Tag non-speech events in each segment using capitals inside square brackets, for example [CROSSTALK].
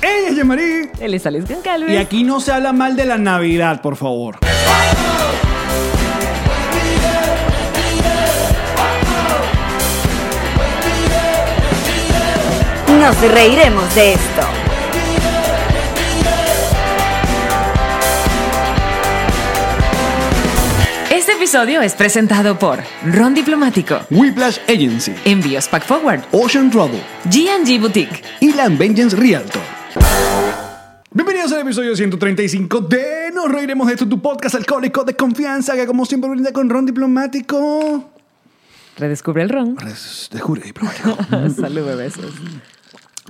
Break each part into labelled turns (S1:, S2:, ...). S1: Ella es Yamarí.
S2: Él es Alex Goncalves.
S1: Y aquí no se habla mal de la Navidad, por favor.
S3: Nos reiremos de esto.
S2: Este episodio es presentado por Ron Diplomático,
S1: Whiplash Agency,
S2: Envíos Pack Forward,
S1: Ocean Travel
S2: G&G Boutique.
S1: y Land Vengeance Realtor. Bienvenidos al episodio 135 de Nos Reiremos de esto, tu podcast alcohólico de confianza que como siempre brinda con ron diplomático.
S2: Redescubre el [LAUGHS] ron.
S1: Res- Descubre diplomático.
S2: Salud, besos.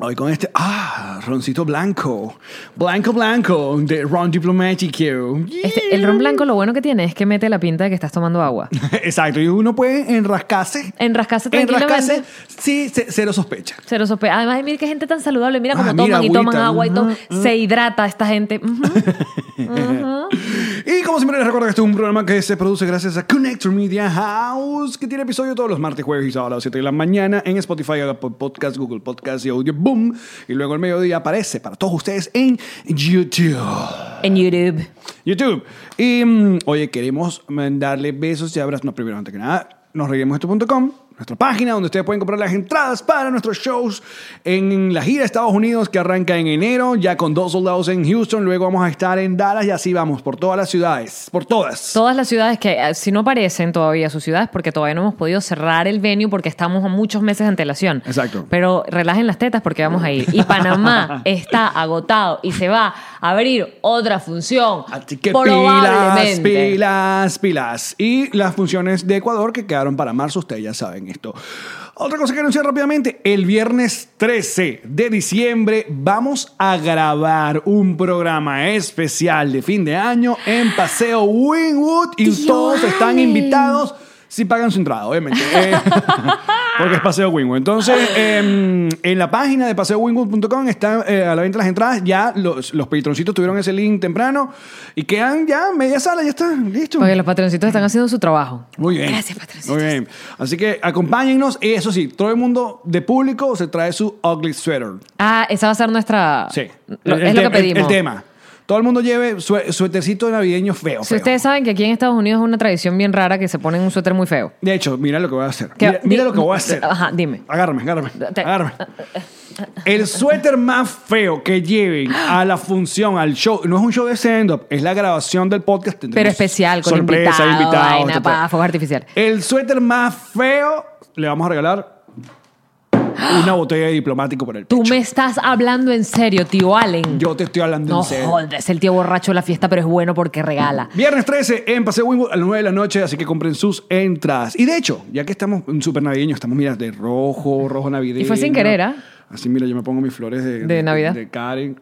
S1: Hoy con este, ah, roncito blanco. Blanco, blanco, de ron diplomático.
S2: Este, el ron blanco lo bueno que tiene es que mete la pinta de que estás tomando agua.
S1: [LAUGHS] Exacto, y uno puede enrascarse.
S2: Enrascarse tranquilamente.
S1: Enrascarse, sí, se, se lo sospecha.
S2: Cero sope- Además, mira qué gente tan saludable. Mira cómo
S1: Ah,
S2: toman
S1: mira,
S2: y toman
S1: agüita.
S2: agua y toman.
S1: Ujú,
S2: Se hidrata esta gente. [LAUGHS] Ujú.
S1: Y como siempre les recuerdo que este es un programa que se produce gracias a Connector Media House, que tiene episodio todos los martes, jueves y sábados a las 7 de la mañana en Spotify, Apple Podcast, Google Podcast y Audio Boom. Y luego el mediodía aparece para todos ustedes en YouTube.
S2: En YouTube.
S1: YouTube. Y mm, oye, queremos mandarle besos y abrazos. No, primero, antes que nada, nos esto.com, nuestra página donde ustedes pueden comprar las entradas para nuestros shows en la gira de Estados Unidos que arranca en enero, ya con dos soldados en Houston. Luego vamos a estar en Dallas y así vamos por todas las ciudades, por todas.
S2: Todas las ciudades que, eh, si no aparecen todavía sus ciudades, porque todavía no hemos podido cerrar el venue porque estamos a muchos meses de antelación.
S1: Exacto.
S2: Pero relajen las tetas porque vamos a ir.
S1: [LAUGHS]
S2: Y Panamá está agotado y se va a abrir otra función.
S1: Así que pilas,
S2: probablemente.
S1: pilas, pilas. Y las funciones de Ecuador que quedaron para marzo, ustedes ya saben esto. Otra cosa que anunciar rápidamente, el viernes 13 de diciembre vamos a grabar un programa especial de fin de año en Paseo Wynwood y
S2: Tío
S1: todos están
S2: Allen.
S1: invitados si pagan su entrada, obviamente.
S2: [LAUGHS]
S1: Eh, porque es Paseo Wynwood. Entonces, eh, en la página de paseowinwood.com están eh, a la venta las entradas. Ya los, los patroncitos tuvieron ese link temprano y quedan ya media sala, ya está, listo.
S2: Porque los patroncitos están haciendo su trabajo.
S1: Muy bien.
S2: Gracias, patroncitos.
S1: Muy bien. Así que acompáñennos. Y eso sí, todo el mundo de público se trae su ugly sweater.
S2: Ah, esa va a ser nuestra.
S1: Sí.
S2: Lo-
S1: El-
S2: es
S1: el
S2: lo que
S1: te- el-
S2: pedimos.
S1: El, tema. Todo el mundo lleve su suetercito navideño feo.
S2: Si
S1: feo.
S2: ustedes saben que aquí en Estados Unidos es una tradición bien rara que se ponen un suéter muy feo.
S1: De hecho, mira lo que voy a hacer.
S2: ¿Qué-
S1: Mira, mira
S2: di-
S1: lo que voy a hacer.
S2: [LAUGHS] Ajá, dime.
S1: Agárrame, agárrame.
S2: Te- [LAUGHS]
S1: Agárrame. El suéter más feo que
S2: [GASPS]
S1: lleven a la función, al show, no es un show de stand-up, es la grabación del podcast.
S2: Pero
S1: Tendremos
S2: especial, con
S1: sorpresa,
S2: invitado,
S1: invitados,
S2: vaina,
S1: etcétera.
S2: pa, fuego artificial.
S1: El suéter más feo le vamos a
S2: [GASPS]
S1: regalar una botella de diplomático para el
S2: Tú
S1: pecho.
S2: me estás hablando en serio, tío Allen.
S1: Yo te estoy hablando
S2: no
S1: en serio.
S2: jodas, es el tío borracho de la fiesta, pero es bueno
S1: [LAUGHS]
S2: porque regala.
S1: Viernes 13 en Paseo Wynwood a las 9 de la noche, así que compren sus entradas. Y de hecho, ya que estamos en super navideños, estamos, mira, de rojo, rojo navideño.
S2: Y fue sin querer, ¿ah?
S1: Así, mira, yo me pongo mis flores de,
S2: De Navidad.
S1: De
S2: [LAUGHS]
S1: Karen.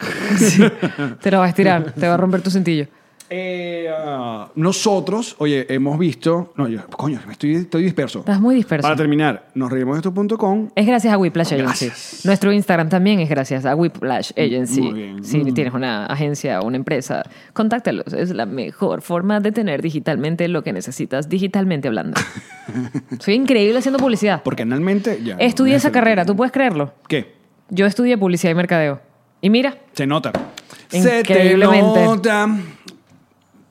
S2: Te lo vas a estirar, te va a romper tu cintillo.
S1: [LAUGHS] Eh, ah, nosotros, oye, hemos visto. No, yo, coño, me estoy, estoy disperso.
S2: Estás muy disperso.
S1: Para terminar, nos reiremos de esto.com.
S2: Es gracias a Whiplash Agency.
S1: Gracias.
S2: Nuestro Instagram también es gracias a Whiplash Agency.
S1: Muy bien.
S2: Si tienes una agencia o una empresa, contáctalos. Es la mejor forma de tener digitalmente lo que necesitas, digitalmente hablando.
S1: [LAUGHS]
S2: Soy increíble haciendo publicidad.
S1: Porque analmente ya.
S2: Estudié
S1: no,
S2: esa
S1: no,
S2: carrera, ¿tú puedes creerlo?
S1: ¿Qué?
S2: Yo estudié publicidad y mercadeo. Y mira,
S1: Se nota. Se te
S2: Increíblemente.
S1: nota.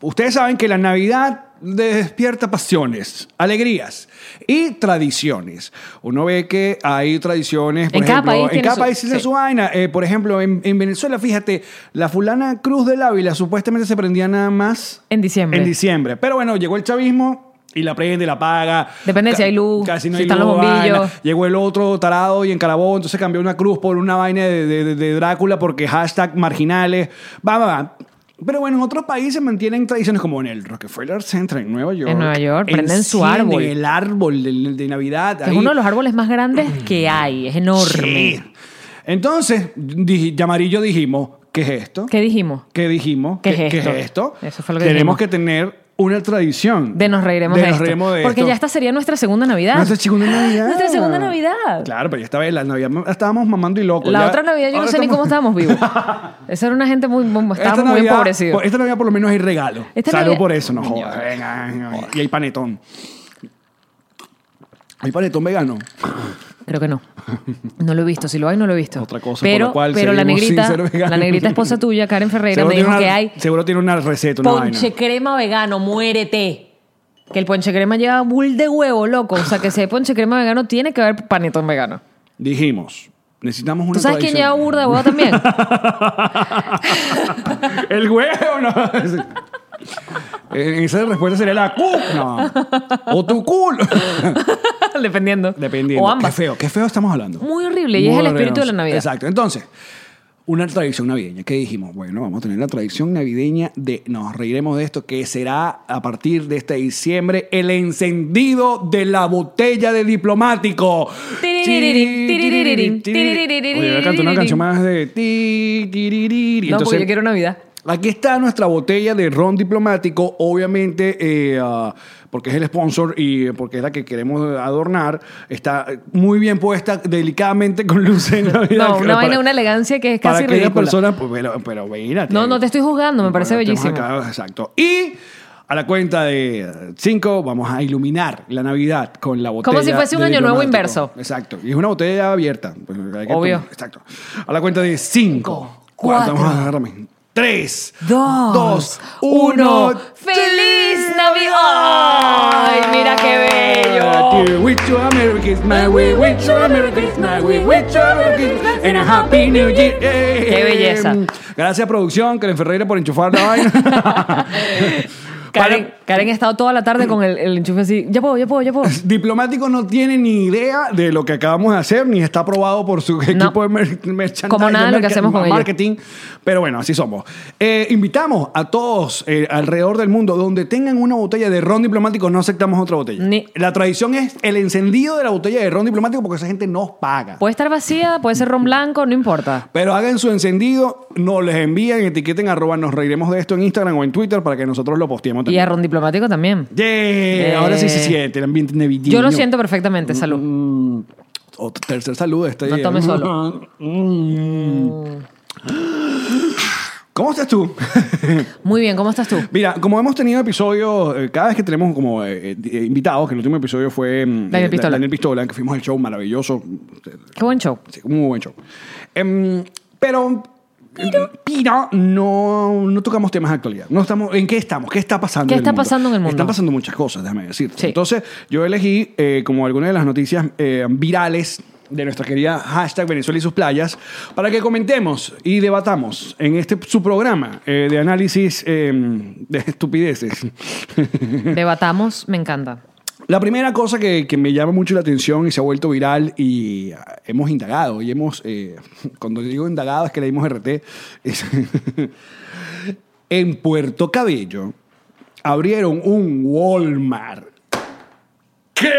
S1: Ustedes saben que la Navidad despierta pasiones, alegrías y tradiciones. Uno ve que hay tradiciones, por
S2: En cada
S1: ejemplo,
S2: país
S1: en
S2: tiene
S1: cada
S2: su-
S1: país tiene
S2: sí.
S1: su vaina. Eh, por ejemplo, en, en Venezuela, fíjate, la fulana Cruz del Ávila supuestamente se prendía nada más
S2: en diciembre.
S1: en diciembre. Pero bueno, llegó el chavismo y la prende, la paga.
S2: Depende si hay luz,
S1: Casi no
S2: si
S1: hay
S2: están
S1: luz,
S2: los bombillos.
S1: vaina. Llegó el otro tarado y encarabó, entonces cambió una cruz por una vaina de, de- de Drácula porque hashtag marginales. Va, va, va. Pero bueno, en otros países mantienen tradiciones como en el Rockefeller Center en Nueva York.
S2: En Nueva York, prenden su
S1: Encienden
S2: árbol.
S1: El árbol de, de Navidad.
S2: Que es
S1: ahí.
S2: uno de los árboles más grandes que hay. Es enorme.
S1: Sí. Entonces, dije, Yamarillo dijimos, ¿qué es esto?
S2: ¿Qué dijimos?
S1: ¿Qué dijimos?
S2: ¿Qué es esto?
S1: esto?
S2: Eso fue lo que
S1: Tenemos
S2: dijimos.
S1: que tener una tradición.
S2: De nos reiremos de,
S1: de nos
S2: esto.
S1: reiremos de
S2: Porque
S1: esto.
S2: ya esta sería nuestra segunda Navidad.
S1: Nuestra segunda Navidad.
S2: [LAUGHS] Nuestra segunda Navidad.
S1: Claro, pero esta vez la Navidad estábamos mamando y locos.
S2: La
S1: Ya-
S2: otra Navidad yo no
S1: ahora
S2: sé
S1: [LAUGHS]
S2: ni cómo estábamos vivos. Esa era una gente muy... muy-
S1: Esta
S2: Estábamos muy
S1: Navidad- pues,
S2: empobrecidos.
S1: por- Esta Navidad por lo menos hay regalo.
S2: Esta
S1: Salud
S2: Navidad-
S1: por eso, no
S2: Coño.
S1: jodas. Venga, venga, venga. Y hay panetón. Hay panetón vegano.
S2: Creo que no. No lo he visto. Si lo hay, no lo he visto.
S1: Otra cosa por
S2: Pero,
S1: la cual
S2: pero la
S1: seguimos sin
S2: negrita,
S1: ser veganos.
S2: la negrita esposa tuya, Karen Ferreira,
S1: Seguro
S2: me
S1: tiene
S2: dijo
S1: una-
S2: que hay
S1: Seguro tiene una receta, una vaina.
S2: ponche crema vegano, muérete. Que el ponche crema lleva bull de huevo, loco. O sea, que si hay ponche crema vegano, tiene que haber panetón vegano.
S1: Dijimos, necesitamos una
S2: ¿Tú sabes quién lleva
S1: tradición.
S2: burda de huevo también?
S1: [LAUGHS] El huevo, no. [LAUGHS] Eh, Esa respuesta sería la cu. No. O tu
S2: [LAUGHS]
S1: culo.
S2: Dependiendo.
S1: Dependiendo.
S2: O
S1: Qué
S2: ambas.
S1: feo, qué feo estamos hablando.
S2: Muy horrible, y es el espíritu de la Navidad.
S1: Exacto. Entonces, una tradición navideña. ¿Qué dijimos? Bueno, vamos a tener la tradición navideña de nos reiremos de esto, que será a partir de este diciembre el encendido de la botella de diplomático.
S2: Tiririrín, tiririrín, tiririrín.
S1: Oye, voy a cantar una canción más de ti, tiririrín.
S2: No,
S1: Entonces,
S2: porque yo quiero Navidad.
S1: Aquí está nuestra botella de ron diplomático, obviamente eh, ah, porque es el sponsor y porque es la que queremos adornar. Está muy bien puesta, delicadamente con luces. en [LAUGHS] Navidad.
S2: No, una
S1: Para-
S2: vaina, una elegancia que es
S1: para
S2: casi
S1: aquellas
S2: ridícula.
S1: personas, pues, pero, pero mírate.
S2: No, no te estoy juzgando, me parece
S1: Bueno, estamos
S2: bellísimo.
S1: acá, exacto. Y a la cuenta de 5 vamos a iluminar la Navidad con la botella.
S2: Como si fuese un
S1: de
S2: año nuevo
S1: diplomático.
S2: inverso.
S1: Exacto. Y es una botella abierta. pues, hay que-
S2: Obvio.
S1: Exacto. A la cuenta de 5,
S2: cuatro,
S1: 4, vamos a agarrarme. 3,
S2: dos,
S1: 2,
S2: uno.
S1: 1.
S2: ¡Feliz Navidad! ¡Ay, mira qué bello!
S1: We wish you a Merry Christmas, we wish you a Merry Christmas, we wish you a Merry Christmas and a Happy New Year.
S2: ¡Qué belleza!
S1: Gracias, producción, Karen Ferreira, por enchufar la
S2: [LAUGHS]
S1: vaina.
S2: Karen,
S1: Para-
S2: Karen ha estado toda la tarde con el, el enchufe así. Ya puedo, ya puedo,
S1: [LAUGHS]
S2: ya puedo.
S1: Diplomático no tiene ni idea de lo que acabamos de hacer, ni está aprobado por su [LAUGHS] equipo de mer- merchandising.
S2: Como nada de lo que
S1: merca-
S2: hacemos con ellos.
S1: marketing. Pero bueno, así somos. Eh, invitamos a todos eh, alrededor del mundo, donde tengan una botella de ron diplomático, no aceptamos otra botella.
S2: Ni-
S1: La tradición es el encendido de la botella de ron diplomático porque esa gente nos paga.
S2: Puede estar vacía, puede ser ron blanco, no importa.
S1: Pero hagan su encendido, nos les envían, etiqueten arroba, nos reiremos de esto en Instagram o en Twitter para que nosotros lo posteemos
S2: Y
S1: también.
S2: a ron diplomático también.
S1: Yeah, Ahora sí se
S2: Eh,
S1: siente el ambiente navideño.
S2: Yo lo siento perfectamente, salud.
S1: Mm, o tercer saludo este
S2: No
S1: día.
S2: tome solo.
S1: [LAUGHS] Mm. ¿Cómo estás tú? [LAUGHS]
S2: Muy bien, ¿cómo estás tú?
S1: Mira, como hemos tenido episodios, eh, cada vez que tenemos como eh, eh, invitados, que el último episodio fue mm,
S2: Daniel
S1: eh,
S2: Pistola.
S1: Daniel Pistola, que fuimos al show maravilloso,
S2: Qué buen
S1: [LAUGHS]
S2: show.
S1: Sí, muy buen show. Em, pero. Piro, no, no tocamos temas de actualidad. No estamos, ¿En qué estamos? ¿Qué está pasando?
S2: ¿Qué
S1: en el
S2: está pasando en el mundo?
S1: Están pasando muchas cosas, déjame decirte.
S2: Sí.
S1: Entonces, yo elegí eh, como algunas de las noticias eh, virales de nuestra querida hashtag Venezuela y sus playas para que comentemos y debatamos en este su programa eh, de análisis em, de estupideces.
S2: Debatamos, me encanta.
S1: La primera cosa que, que me llama mucho la atención y se ha vuelto viral y ah, hemos indagado y hemos, eh, [LAUGHS] cuando digo indagado es que leímos RT, es- [LAUGHS] en Puerto Cabello abrieron un Walmart. ¿Qué?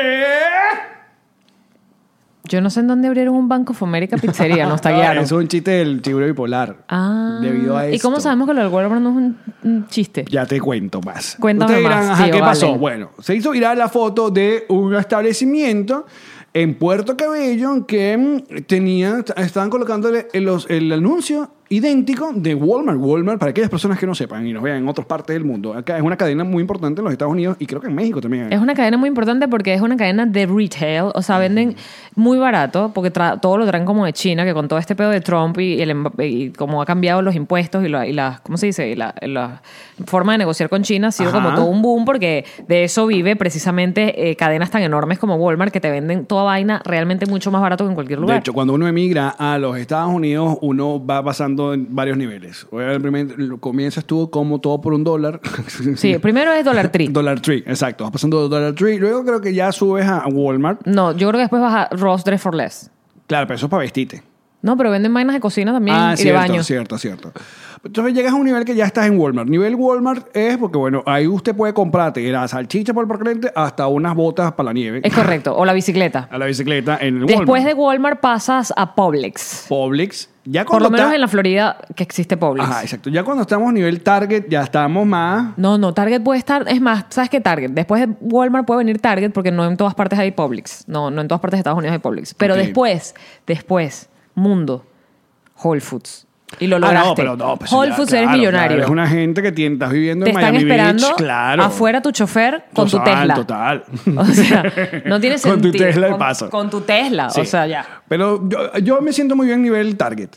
S2: Yo no sé en dónde abrieron un Banco of America pizzería, nos
S1: Ah, [LAUGHS]
S2: tallaron.
S1: eso es un chiste del tiburón bipolar.
S2: Ah,
S1: debido a eso.
S2: ¿Y cómo sabemos que lo del Walmart no es un, un chiste?
S1: Ya te cuento más.
S2: Cuéntame
S1: Ustedes dirán,
S2: más,
S1: "Ajá,
S2: tío,
S1: ¿qué
S2: vale".
S1: pasó? Bueno, se hizo viral la foto de un establecimiento en Puerto Cabello que mm, tenía, estaban colocándole el, los- el anuncio idéntico de Walmart. Walmart, para aquellas personas que no sepan y nos vean en otras partes del mundo, acá es una cadena muy importante en los Estados Unidos y creo que en México también. hay.
S2: Es una cadena muy importante porque es una cadena de retail, o sea, venden muy barato porque tra- todo lo traen como de China, que con todo este pedo de Trump y, el emb- y como ha cambiado los impuestos y, la, y las, ¿cómo se dice? Y la, la forma de negociar con China ha sido
S1: Ajá.
S2: como todo un boom porque de eso vive precisamente eh, cadenas tan enormes como Walmart que te venden toda vaina realmente mucho más barato que en cualquier lugar.
S1: De hecho, cuando uno emigra a los Estados Unidos, uno va pasando en varios niveles. Obviamente, lo- comienzas tú como todo por un dólar. [LAUGHS]
S2: sí, primero es Dollar Tree.
S1: Dollar Tree, exacto. Vas pasando de Dollar Tree. Luego creo que ya subes a Walmart.
S2: no, yo creo que después vas a Ross Dress for Less.
S1: Claro, pero eso es para vestirte. Ah,
S2: No, pero venden vainas de cocina también y de
S1: cierto,
S2: baño.
S1: cierto, cierto. Entonces llegas a un nivel que ya estás en Walmart. Nivel Walmart es porque, bueno, ahí usted puede comprarte la salchicha por el parlante hasta unas botas para la nieve.
S2: Es correcto. O la bicicleta.
S1: A la bicicleta [LAUGHS] en el
S2: Después
S1: Walmart.
S2: de Walmart pasas a Publix.
S1: Publix. Ya
S2: Por
S1: cuando
S2: lo menos
S1: está-
S2: en la Florida que existe Publix.
S1: Ajá, exacto. Ya cuando estamos nivel Target, ya estamos más...
S2: No, no, Target puede estar, es más, ¿sabes qué Target? Después de Walmart puede venir Target porque no en todas partes hay Publix. No, no en todas partes de Estados Unidos hay Publix. Pero
S1: Ok.
S2: después, después, mundo, Whole Foods. Y lo
S1: Ah,
S2: lograste.
S1: no, pero no. pues
S2: Whole
S1: ya,
S2: Foods eres
S1: claro,
S2: millonario.
S1: claro, es una gente que tiene, estás viviendo
S2: Te
S1: en
S2: están
S1: Miami
S2: esperando
S1: Beach, claro.
S2: afuera tu chofer con tu
S1: Total,
S2: Tesla.
S1: Total.
S2: [LAUGHS] O sea, no tiene
S1: [LAUGHS] Con
S2: sentido.
S1: tu Tesla de
S2: Con-
S1: paso.
S2: Con tu Tesla,
S1: Sí.
S2: o sea, ya.
S1: Pero yo, yo me siento muy bien nivel Target.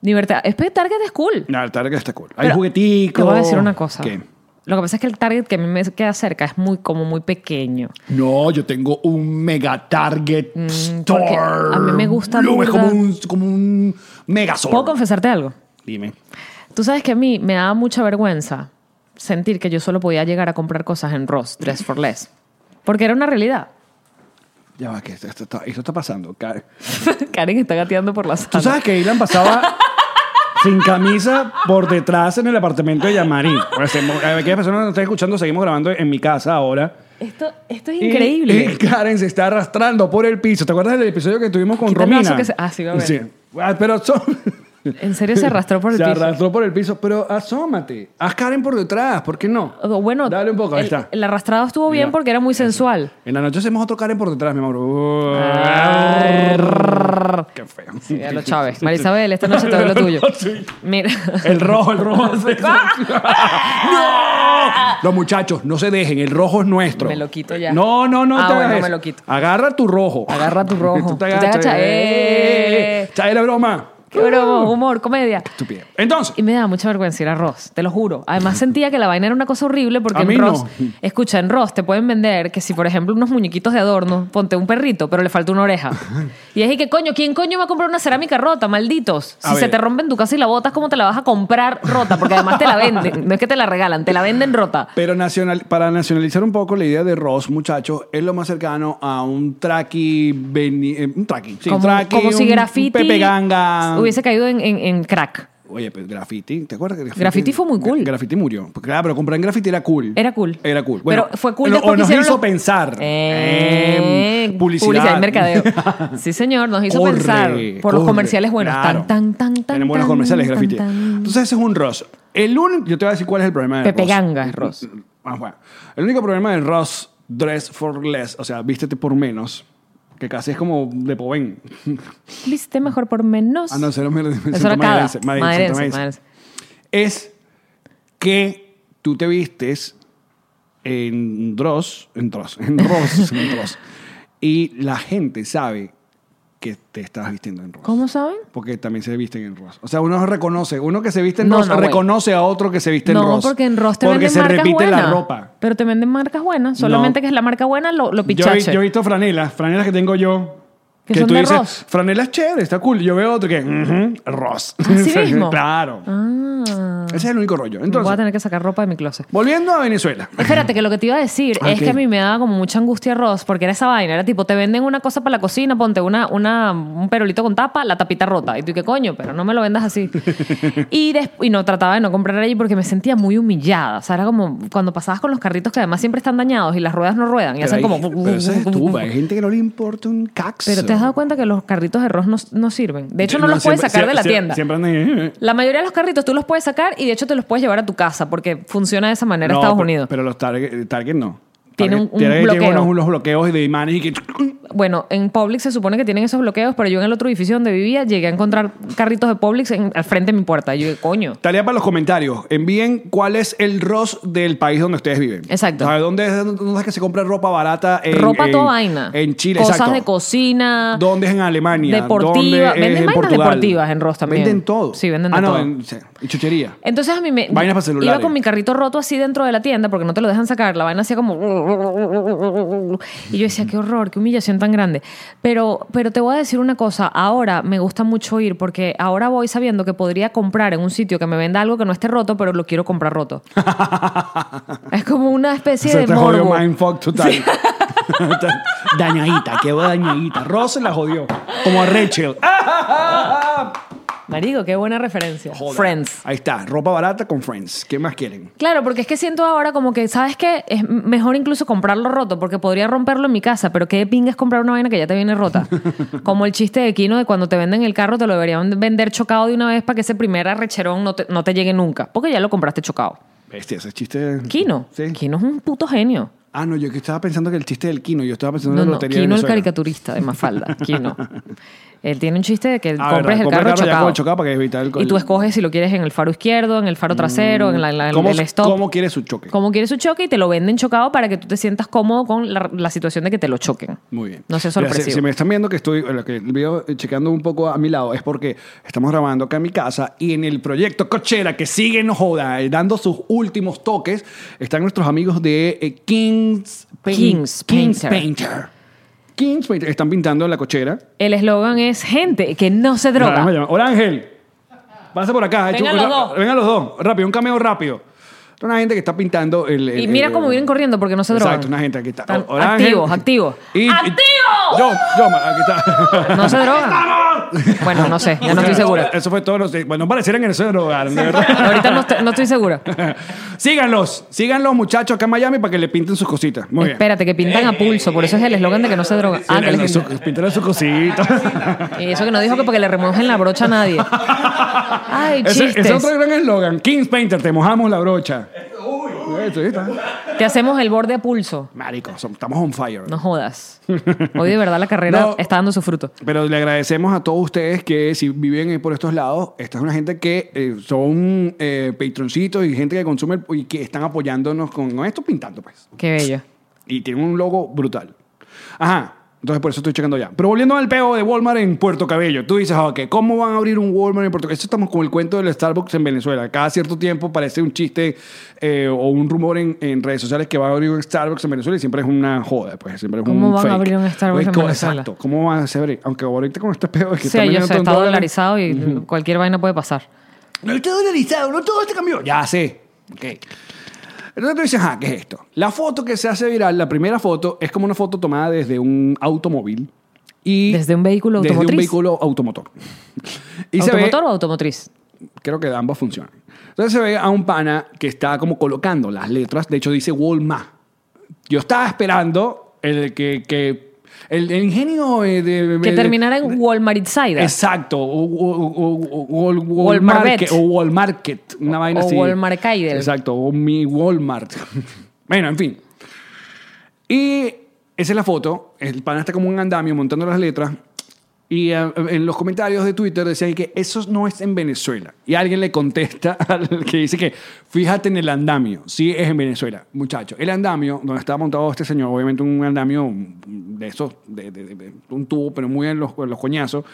S2: Libertad. Es que Target es cool.
S1: No, el Target está cool. Hay
S2: Pero
S1: jugueticos.
S2: Te voy a decir una cosa.
S1: ¿Qué?
S2: Lo que pasa es que el Target que a mí me queda cerca es muy, como muy pequeño.
S1: No, yo tengo un mega Target
S2: Mm, porque
S1: Store.
S2: a mí me gusta
S1: Lo veo
S2: burda.
S1: como un, como un
S2: ¿Puedo
S1: megazord.
S2: confesarte algo?
S1: Dime.
S2: Tú sabes que a mí me daba mucha vergüenza sentir que yo solo podía llegar a comprar cosas en Ross, Dress for Less. Porque era una realidad. [LAUGHS]
S1: Ya va, que esto, esto está, esto está pasando. Car-
S2: Karen está gateando por la sala.
S1: Tú sabes que Ilan
S2: [LAUGHS]
S1: pasaba sin camisa por detrás en el apartamento de
S2: [LAUGHS]
S1: Yamari. Pues, eh, Bueno, se- aquellas personas que nos están escuchando, seguimos grabando en mi casa ahora.
S2: Esto, esto es
S1: Y-
S2: increíble.
S1: Y, Karen se está arrastrando por el piso. ¿Te acuerdas del episodio que tuvimos con
S2: Quítame eso
S1: Romina?
S2: que se- ah, sí, va a ver.
S1: Ah, pero son...
S2: En serio [LAUGHS] se arrastró por el
S1: Se
S2: piso.
S1: arrastró por el piso. Pero asómate. Haz Karen por detrás. ¿Por qué no?
S2: O- Oh, Bueno,
S1: Dale un poco. ahí
S2: el,
S1: está.
S2: el arrastrado estuvo bien
S1: Ya.
S2: porque era muy sensual.
S1: En la noche hacemos otro Karen por detrás, mi amor. Uh,
S2: Ay, rrr.
S1: Qué feo.
S2: Ah. Sí, a
S1: [LAUGHS]
S2: lo Chávez. Marisabel, esta noche te doy lo tuyo.
S1: Sí.
S2: Mira.
S1: El rojo, el
S2: [LAUGHS]
S1: rojo. [LAUGHS] ¡No! Los muchachos, no se dejen. El rojo es nuestro.
S2: Me lo quito ya.
S1: No, no, no.
S2: Ah,
S1: te hagas
S2: bueno,
S1: eso.
S2: me lo quito.
S1: Agarra tu rojo.
S2: Agarra
S1: [LAUGHS]
S2: tu rojo.
S1: Tú te
S2: Tú te
S1: agachas.
S2: agachas. ¡Eh!
S1: ¡Eh! Chale la broma.
S2: Qué
S1: Uh.
S2: broma, humor, comedia.
S1: Estúpido. Entonces,
S2: Y me daba mucha vergüenza ir a Ross, te lo juro. Además sentía que la vaina era una cosa horrible porque
S1: A mí
S2: en
S1: no.
S2: Ross, escucha, en Ross te pueden vender que si por ejemplo unos muñequitos de adorno, ponte un perrito, pero le falta una oreja. Y es y que coño, ¿quién coño va a comprar una cerámica rota, malditos? Si
S1: A
S2: se
S1: ver.
S2: te rompe en tu casa y la botas, ¿cómo te la vas a comprar rota? Porque además te la venden, no es que te la regalan, te la venden rota.
S1: pero nacional, para nacionalizar un poco la idea de Ross, muchachos, es lo más cercano a un traqui. beni- eh, Un traqui. Sí,
S2: como,
S1: traqui,
S2: como si
S1: un
S2: graffiti
S1: Pepe Ganga.
S2: hubiese caído en, en- en crack.
S1: Oye, pues graffiti, ¿te acuerdas que graffiti?
S2: Graffiti fue muy cool.
S1: Gra- Graffiti murió. Porque, claro, pero comprar en graffiti era cool.
S2: Era cool.
S1: Era cool.
S2: Pero
S1: Bueno,
S2: fue cool
S1: lo-
S2: después
S1: o
S2: que
S1: nos
S2: hicieron
S1: hizo
S2: los-
S1: pensar.
S2: Eh,
S1: Em, publicidad. [LAUGHS]
S2: y mercadeo. Sí, señor, nos hizo
S1: Corre,
S2: pensar por los
S1: corre.
S2: comerciales buenos.
S1: Claro.
S2: Tan, tan, tan, tan.
S1: Tenemos los
S2: tan,
S1: comerciales
S2: tan,
S1: graffiti.
S2: tan.
S1: Entonces, ese es un Ross. El único, yo te voy a decir cuál es el problema de
S2: Pepe
S1: Ross.
S2: Ganga es Ross.
S1: Ah, bueno. El único problema del Ross dress for less, o sea, vístete por menos, que casi es como de Povén.
S2: Viste mejor por menos.
S1: Ah, no, eso era Madrid-
S2: Eso era cada.
S1: Madridense, Madridense,
S2: Madrense,
S1: Madridense. es que tú te vistes en Dross, en Dross, [LAUGHS] en Ross, en Dross, y la gente sabe que te estás vistiendo en Ross.
S2: ¿Cómo saben?
S1: Porque también se visten en Ross. O sea, uno reconoce, uno que se viste en
S2: No,
S1: Ross
S2: no, güey.
S1: reconoce a otro que se viste en
S2: No,
S1: Ross.
S2: porque en Ross te
S1: Porque
S2: venden
S1: se
S2: marcas
S1: repite
S2: buenas.
S1: la ropa.
S2: Pero te venden marcas buenas. Solamente
S1: No.
S2: que es la marca buena lo, lo
S1: Yo, he-
S2: pichache.
S1: yo he visto franelas, franelas que tengo yo.
S2: Que son
S1: tú
S2: de
S1: dices,
S2: Ross.
S1: franelas chévere, está cool. Yo veo otro que, "Ujú, Ross. [LAUGHS]
S2: ¿Así mismo?
S1: claro.
S2: Ah.
S1: Ese es el único rollo.
S2: Voy a
S1: Entonces,
S2: tener que sacar ropa de mi closet.
S1: volviendo a Venezuela.
S2: Espérate, que lo que te iba a decir
S1: Ah,
S2: es
S1: ¿qué?
S2: que a mí me daba como mucha angustia Ross, porque era esa vaina, era tipo, te venden una cosa para la cocina, ponte una, una, un perolito con tapa, la tapita rota. Y tú, ¿qué coño? Pero no me lo
S1: [LAUGHS]
S2: vendas así. y, des- y no, trataba de no comprar allí porque me sentía muy humillada. O sea, era como cuando pasabas con los carritos que además siempre están dañados y las ruedas no ruedan y
S1: Pero
S2: hacen
S1: hay-
S2: como...
S1: pero eso es
S2: [LAUGHS]
S1: tuba, hay gente que no le importa un caxo.
S2: Pero te has dado cuenta que los carritos de Ross no, no sirven. De hecho, no, los
S1: siempre-
S2: puedes sacar de la
S1: sie-
S2: tienda.
S1: Siempre andan eh, ahí.
S2: La mayoría de los carritos tú los puedes sacar y de hecho te los puedes llevar a tu casa porque funciona de esa manera
S1: No,
S2: Estados
S1: pero-
S2: Unidos.
S1: Pero los Target, target no.
S2: Tiene
S1: Target-
S2: un- un
S1: tiene- Tiene
S2: bloqueo.
S1: unos, unos bloqueos de imanes y que... [CLEARS THROAT]
S2: Bueno, en Publix se supone que tienen esos bloqueos, pero yo en el otro edificio donde vivía llegué a encontrar carritos de Publix en- al frente de mi puerta. Y yo dije, coño.
S1: Tarea para los comentarios. Envíen cuál es el ROS del país donde ustedes viven.
S2: Exacto.
S1: O sea, ¿Dónde es, dónde es que se compra ropa barata? En,
S2: ropa
S1: en-
S2: toda vaina.
S1: En Chile,
S2: Cosas
S1: exacto.
S2: de cocina.
S1: ¿Dónde es en Alemania?
S2: Deportiva.
S1: ¿Dónde es
S2: Venden
S1: en
S2: vainas
S1: Portugal?
S2: deportivas en Ross también.
S1: Venden todo.
S2: Sí, venden de
S1: ah, no,
S2: todo.
S1: en- sí, y chuchería.
S2: Entonces a mí me
S1: Vainas para celulares.
S2: iba con mi carrito roto así dentro de la tienda porque no te lo dejan sacar, la vaina hacía como y yo decía, qué horror, qué humillación tan grande. Pero pero te voy a decir una cosa, ahora me gusta mucho ir porque ahora voy sabiendo que podría comprar en un sitio que me venda algo que no esté roto, pero lo quiero
S1: [LAUGHS]
S2: comprar roto. es como una especie
S1: Se
S2: de
S1: te jodió
S2: morbo.
S1: mindfuck total. [LAUGHS] dañadita, quedó dañadita. Ross la jodió. Como a Rachel. ¡Ah!
S2: Marico, qué buena referencia.
S1: Joda.
S2: Friends.
S1: Ahí está, ropa barata con Friends. ¿Qué más quieren?
S2: Claro, porque es que siento ahora como que, ¿sabes qué? Es mejor incluso comprarlo roto, porque podría romperlo en mi casa, pero qué pinga es comprar una vaina que ya te
S1: [LAUGHS]
S2: viene rota. Como el chiste de Kino de cuando te venden el carro, te lo deberían vender chocado de una vez para que ese primer arrecherón no te, no te llegue nunca, porque ya lo compraste chocado.
S1: Bestia, ese chiste.
S2: Kino.
S1: Sí.
S2: Kino es un puto genio.
S1: Ah, no, yo que estaba pensando que el chiste del Kino, yo estaba pensando en la
S2: No, no,
S1: lotería. de
S2: Kino el
S1: [LAUGHS] Venezuela.
S2: caricaturista de Mafalda. Kino. Él tiene un chiste de que
S1: Ah, verdad,
S2: compres el
S1: compra
S2: carro,
S1: ya
S2: chocado.
S1: con el chocado para que evitar el Mm.
S2: Y tú escoges si lo quieres en el faro izquierdo, en el faro trasero, en, la- en la-
S1: ¿Cómo,
S2: el stop.
S1: ¿Cómo quiere su choque?
S2: Como quieres su choque y te lo venden chocado para que tú te sientas cómodo con la, la situación de que te lo choquen.
S1: Muy bien.
S2: No seas
S1: Mira,
S2: sorpresivo.
S1: Si, si me están viendo que estoy, lo que el video eh, chequeando un poco a mi lado, es porque estamos grabando acá en mi casa y en el proyecto Cochera, que sigue no joda, eh, dando sus últimos toques, están nuestros amigos de eh, Kings, Pain-
S2: Kings Painter.
S1: Painter. Kings Painter. Están pintando la cochera.
S2: El eslogan es gente que no se droga.
S1: Nada, me llama. Hola Ángel, pasa por acá. Esto-
S2: Vengan los
S1: ra-
S2: dos.
S1: Vengan los dos. Rápido, un cameo rápido. Una gente que está pintando el... el-
S2: Y mira
S1: el-
S2: cómo vienen corriendo porque no se drogan.
S1: Eh, Exacto, una gente aquí está. Oh,
S2: Están
S1: Hola, Ángel.
S2: activos, activos.
S1: Y- y-
S2: ¡Activos!
S1: Yo, yo, aquí está. [LAUGHS]
S2: No se drogan. bueno, no sé, ya no estoy segura.
S1: Eso fue todo. Los, bueno, parecieran que no se drogaron, de verdad. [LAUGHS]
S2: Ahorita no, estoy- no estoy segura.
S1: síganlos, síganlos, muchachos, acá en Miami para que le pinten sus cositas. Muy bien.
S2: Espérate, que pintan a pulso, por eso es el eslogan de que no se droga. Ah, que les
S1: Su-
S2: pintan.
S1: Pintarle sus cositas.
S2: Y eso que no dijo que porque le remojen la brocha a nadie. Ay,
S1: Ese, ese
S2: chistes.
S1: es otro gran eslogan. Kings Painter, te mojamos la brocha. Uy,
S2: Te hacemos el borde a pulso.
S1: Marico, son- estamos on fire.
S2: No jodas. Hoy de verdad la
S1: [LAUGHS]
S2: carrera
S1: No.
S2: está dando su fruto.
S1: Pero le agradecemos a todos ustedes que si viven eh, por estos lados, esta es una gente que eh, son eh, patroncitos y gente que consume el- y que están apoyándonos con con esto pintando, pues.
S2: Qué bello.
S1: Y tiene un logo brutal. Ajá. Entonces por eso estoy checando ya. Pero volviendo al peo de Walmart en Puerto Cabello. Tú dices, ah, ok, ¿cómo van a abrir un Walmart en Puerto Cabello? Esto estamos con el cuento del Starbucks en Venezuela. Cada cierto tiempo parece un chiste eh, o un rumor en, en redes sociales que va a abrir un Starbucks en Venezuela y siempre es una joda, pues. Siempre es
S2: ¿Cómo
S1: un
S2: van a
S1: fake.
S2: abrir un Starbucks
S1: Pues,
S2: en
S1: ¿cómo-
S2: Venezuela?
S1: Exacto. ¿Cómo van a hacer abrir? Aunque ahorita con este peo de que
S2: Sí,
S1: están
S2: yo
S1: vendiendo
S2: sé,
S1: todo en
S2: está
S1: dólares.
S2: dolarizado y cualquier vaina puede pasar.
S1: No está dolarizado, no todo este cambió. Ya sé. Ok. Entonces tú dices, ah, ¿qué es esto? La foto que se hace viral, la primera foto, es como una foto tomada desde un automóvil. Y
S2: ¿Desde un vehículo
S1: Desde un
S2: automotriz?
S1: vehículo automotor. Y se ve-
S2: ¿Automotor o automotriz?
S1: creo que ambas funcionan. Entonces se ve a un pana que está como colocando las letras. De hecho, dice Walmart. Yo estaba esperando el que... que- el, el ingenio eh, de...
S2: Que
S1: de-
S2: terminara en Walmart Insider.
S1: Exacto, o, o- o- o- o-
S2: Walmart.
S1: Walmart, o Walmart, una vaina
S2: o
S1: así.
S2: Walmart Kaider.
S1: Exacto, o mi Walmart. [LAUGHS] bueno, en fin. Y esa es la foto, el pana está como un andamio montando las letras y eh, en los comentarios de Twitter decían que eso no es en Venezuela. Y alguien le contesta [LAUGHS] al que dice que fíjate en el andamio, sí es en Venezuela. Muchacho, el andamio donde estaba montado este señor, obviamente un andamio de esos, de, de- de- de un tubo, pero muy en los, en los coñazos.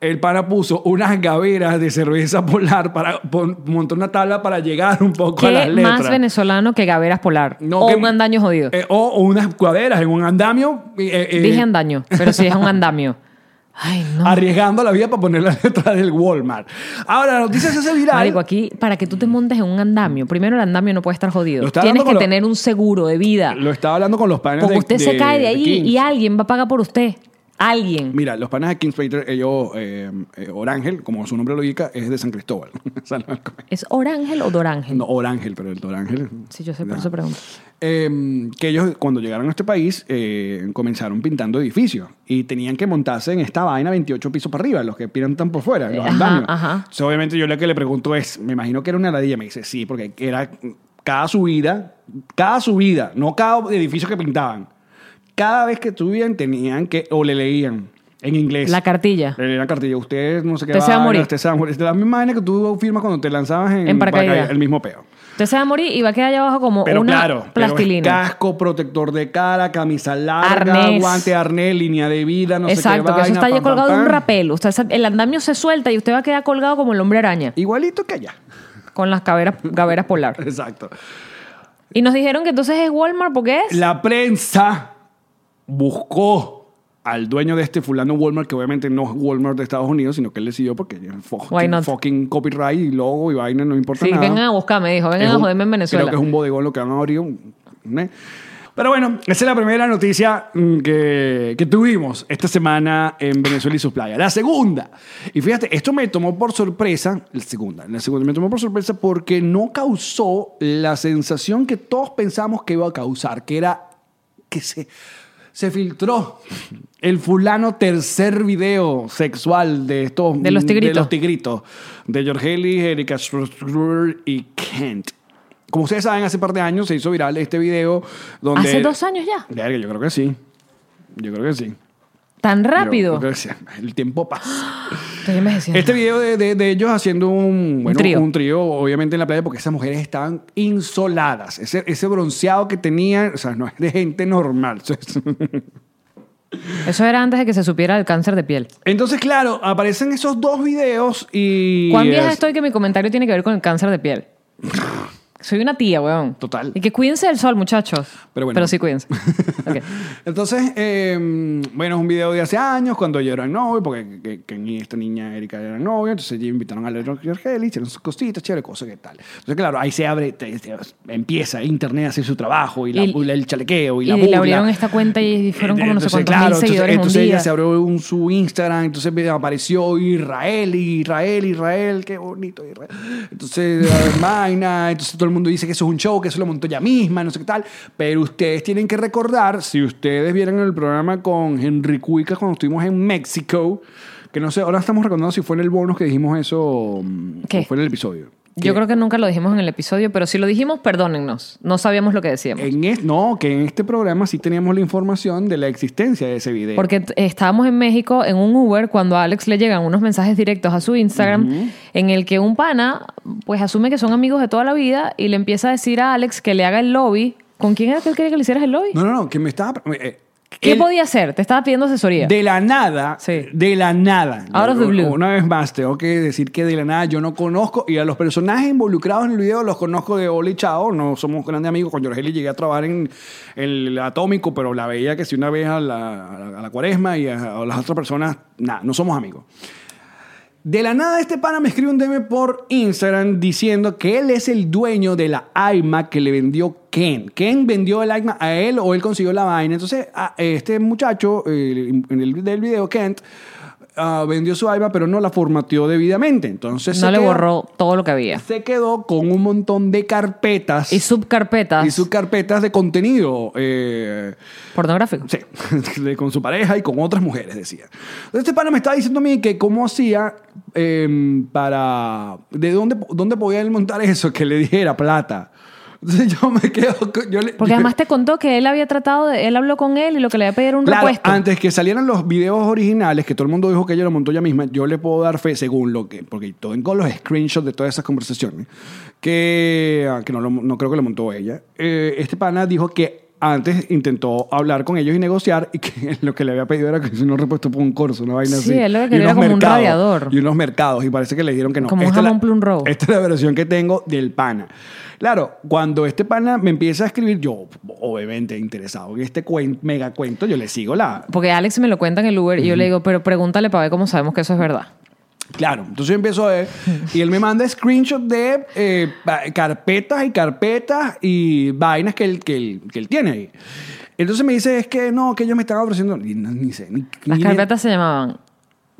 S1: El pana puso unas gaveras de cerveza polar para pon- montó una tabla para llegar un poco a las
S2: ¿Qué
S1: letras.
S2: más venezolano que Gaveras Polar?
S1: No,
S2: o
S1: que-
S2: un andaño jodido.
S1: Eh, o, o unas cuaderas en un andamio. eh, eh,
S2: Dije andaño, pero sí es un andamio. [LAUGHS] Ay, no.
S1: Arriesgando la vida para poner la letra del Walmart. Ahora, la noticia se hace viral.
S2: Marico, aquí, para que tú te montes en un andamio, primero el andamio no puede estar
S1: Lo
S2: jodido.
S1: estaba
S2: Tienes
S1: hablando
S2: que
S1: con lo-
S2: tener un seguro de vida.
S1: Lo estaba hablando con los panes
S2: Porque
S1: de
S2: usted se cae de ahí
S1: Kings.
S2: y alguien va a pagar por usted. Alguien.
S1: Mira, los panas de Kings Painter, ellos, eh, eh, Orángel, como su nombre lo indica, es de San Cristóbal. [LAUGHS] O sea, no-
S2: ¿Es Orángel o Dorángel?
S1: no, Orángel, pero el de Orángel.
S2: Sí, yo sé, por
S1: No.
S2: eso pregunto.
S1: Eh, que ellos cuando llegaron a este país eh, comenzaron pintando edificios y tenían que montarse en esta vaina 28 pisos para arriba, los que pintan por fuera, los
S2: Ajá,
S1: andamios.
S2: ajá.
S1: Entonces, obviamente yo lo que le pregunto es, me imagino que era una ladilla, me dice, sí, porque era cada subida, cada subida, no cada edificio que pintaban. Cada vez que subían tenían que, o le leían en inglés.
S2: La cartilla.
S1: Le leían la cartilla, usted no sé qué
S2: Usted se va a
S1: vaina,
S2: morir.
S1: Usted se va a morir. Es la misma vaina que tú firmas cuando te lanzabas en,
S2: En paracaídas.
S1: el mismo peo.
S2: Usted se va a morir y va a quedar allá abajo como
S1: Pero
S2: una
S1: claro, pero es
S2: plastilina.
S1: casco, protector de cara, camisa larga,
S2: Arnés.
S1: guante, arnés, línea de vida, no sé qué
S2: Exacto, que eso
S1: vaina,
S2: está ya
S1: pam, pam,
S2: colgado de un
S1: pam.
S2: rapel. Usted, se- el andamio se suelta y usted va a quedar colgado como el hombre araña,
S1: Igualito que allá. [LAUGHS]
S2: con las caveras, gaveras polar.
S1: Exacto.
S2: Y nos dijeron que entonces es Walmart porque es.
S1: La prensa buscó al dueño de este fulano Walmart, que obviamente no es Walmart de Estados Unidos, sino que él decidió porque tiene
S2: Why
S1: fucking,
S2: not?
S1: fucking copyright y logo y vaina, no importa
S2: sí,
S1: nada.
S2: vengan a buscarme, dijo. Vengan
S1: Es
S2: a
S1: un-
S2: joderme en Venezuela.
S1: Creo que es un bodegón lo que han abierto. un- ¿eh? Pero bueno, esa es la primera noticia mm, que, que tuvimos esta semana en Venezuela y sus playas. La segunda, y fíjate, esto me tomó por sorpresa, la segunda, la segunda me tomó por sorpresa porque no causó la sensación que todos pensamos que iba a causar, que era que se, se filtró el fulano tercer video sexual de estos mm,
S2: De los tigritos.
S1: de los tigritos este de Jorgeli, Erika Schröder y Kent. Como ustedes saben, hace par de años se hizo viral este video donde
S2: Hace dos años ya.
S1: Verga, yo creo que sí. Yo creo que sí.
S2: Tan
S1: Pero,
S2: rápido.
S1: porque, o sea, el tiempo pasa.
S2: Estoy envejeciendo.
S1: Este video de, de- de ellos haciendo un, bueno,
S2: trío.
S1: un trío, obviamente en la playa, porque esas mujeres estaban insoladas. Ese, ese bronceado que tenían, o sea, no es de gente normal. [LAUGHS] Eso es-
S2: Eso era antes de que se supiera el cáncer de piel.
S1: Entonces, claro, aparecen esos dos videos y.
S2: ¿Cuán vieja
S1: es-
S2: estoy que mi comentario tiene que ver con el cáncer
S1: [LAUGHS]
S2: de piel? Soy una tía, weón.
S1: Total.
S2: Y que cuídense del sol, muchachos.
S1: Pero bueno. [LAUGHS]
S2: sí, cuídense. Ok.
S1: Entonces, eh, bueno, es un video de hace años, cuando yo era novio, porque que, que ni esta niña Erika era novio, entonces ellos invitaron a Leonor y Argel, hicieron sus cositas, chévere, cosas que tal. Entonces, claro, ahí se abre, te- te- empieza Internet a hacer su trabajo y, la-
S2: Y-
S1: el chalequeo y,
S2: Y,
S1: la
S2: le
S1: burla.
S2: abrieron esta cuenta y fueron como no sé
S1: Entonces,
S2: cuántos
S1: claro,
S2: mil seguidores
S1: entonces, entonces
S2: en un día.
S1: ella se abrió un, su Instagram, entonces me apareció Israel, Israel, Israel, qué bonito Israel. Entonces, [LAUGHS] eh, vaina, entonces todo el mundo dice que eso es un show, que eso lo montó ella misma, no sé qué tal. Pero ustedes tienen que recordar, si ustedes vieron el programa con Henry Cuica cuando estuvimos en México, que no sé, ahora estamos recordando si fue en el bonus que dijimos eso mm,
S2: ¿Qué?
S1: o fue en el episodio.
S2: Yo creo que nunca lo dijimos en el episodio, pero si lo dijimos, perdónennos. No sabíamos lo que decíamos.
S1: En es- no, que en este programa sí teníamos la información de la existencia de ese video.
S2: Porque t- estábamos en México en un Uber cuando a Alex le llegan unos mensajes directos a su Instagram en el que un pana pues asume que son amigos de toda la vida y le empieza a decir a Alex que le haga el lobby. ¿Con quién era que él quería que le hicieras el lobby?
S1: No, no, no, que me estaba... eh,
S2: ¿Qué
S1: él-
S2: podía hacer? Te estaba pidiendo asesoría.
S1: De la nada,
S2: Sí.
S1: de la nada.
S2: Out of the blue.
S1: Una vez más, tengo que decir que de la nada yo no conozco y a los personajes involucrados en el video los conozco de Oli y Chao. No somos grandes amigos. Con Jorgeli llegué a trabajar en el Atómico, pero la veía que si una vez a la, a la- a la Cuaresma y a, a las otras personas, nada, no somos amigos. De la nada, este pana me escribe un DM por Instagram diciendo que él es el dueño de la iMac que le vendió Ken. Ken vendió el iMac a él o él consiguió la vaina. Entonces, a- este muchacho eh, en el del video, Kent, ah, vendió su iMac, pero no la formateó debidamente. Entonces,
S2: no
S1: se
S2: le
S1: quedó-
S2: borró todo lo que había.
S1: Se quedó con un montón de carpetas
S2: Y subcarpetas
S1: y subcarpetas de contenido. eh,
S2: pornográficos.
S1: Sí, [LAUGHS] de- con su pareja y con otras mujeres, decía. Entonces, este pana me estaba diciendo a mí que cómo hacía em, para. ¿De dónde, dónde podía él montar eso? Que le dijera plata. Entonces yo me quedo. con- Yo le-
S2: Porque además te contó que él había tratado, de- él habló con él y lo que le había pedido era un
S1: Claro,
S2: repuesto.
S1: antes que salieran los videos originales, que todo el mundo dijo que ella lo montó ella misma, yo le puedo dar fe, según lo que, porque tengo los screenshots de todas esas conversaciones, que, ah, que no, lo- no creo que lo montó ella. Eh, este pana dijo que antes intentó hablar con ellos y negociar, y que [LAUGHS] lo que le había pedido era que si no repuesto por un corso, una vaina
S2: Sí,
S1: así.
S2: él lo que
S1: y unos
S2: quería era como un
S1: mercados,
S2: radiador.
S1: Y unos mercados, y parece que le dijeron que no.
S2: Como un
S1: Esta es la-
S2: jamón plum rojo.
S1: esta es la versión que tengo del pana. Claro, cuando este pana me empieza a escribir, yo obviamente interesado en este cuen- mega cuento, yo le sigo la...
S2: Porque Alex me lo cuenta en el Uber y yo le digo, pero pregúntale para ver cómo sabemos que eso es verdad.
S1: Claro, entonces yo empiezo a ver y él me manda screenshot de eh, pa- carpetas y carpetas y vainas que él, que, él, que él tiene ahí. Entonces me dice, es que no, que ellos me están ofreciendo... Ni, no, ni sé, ni-
S2: Las
S1: ni-
S2: carpetas se llamaban,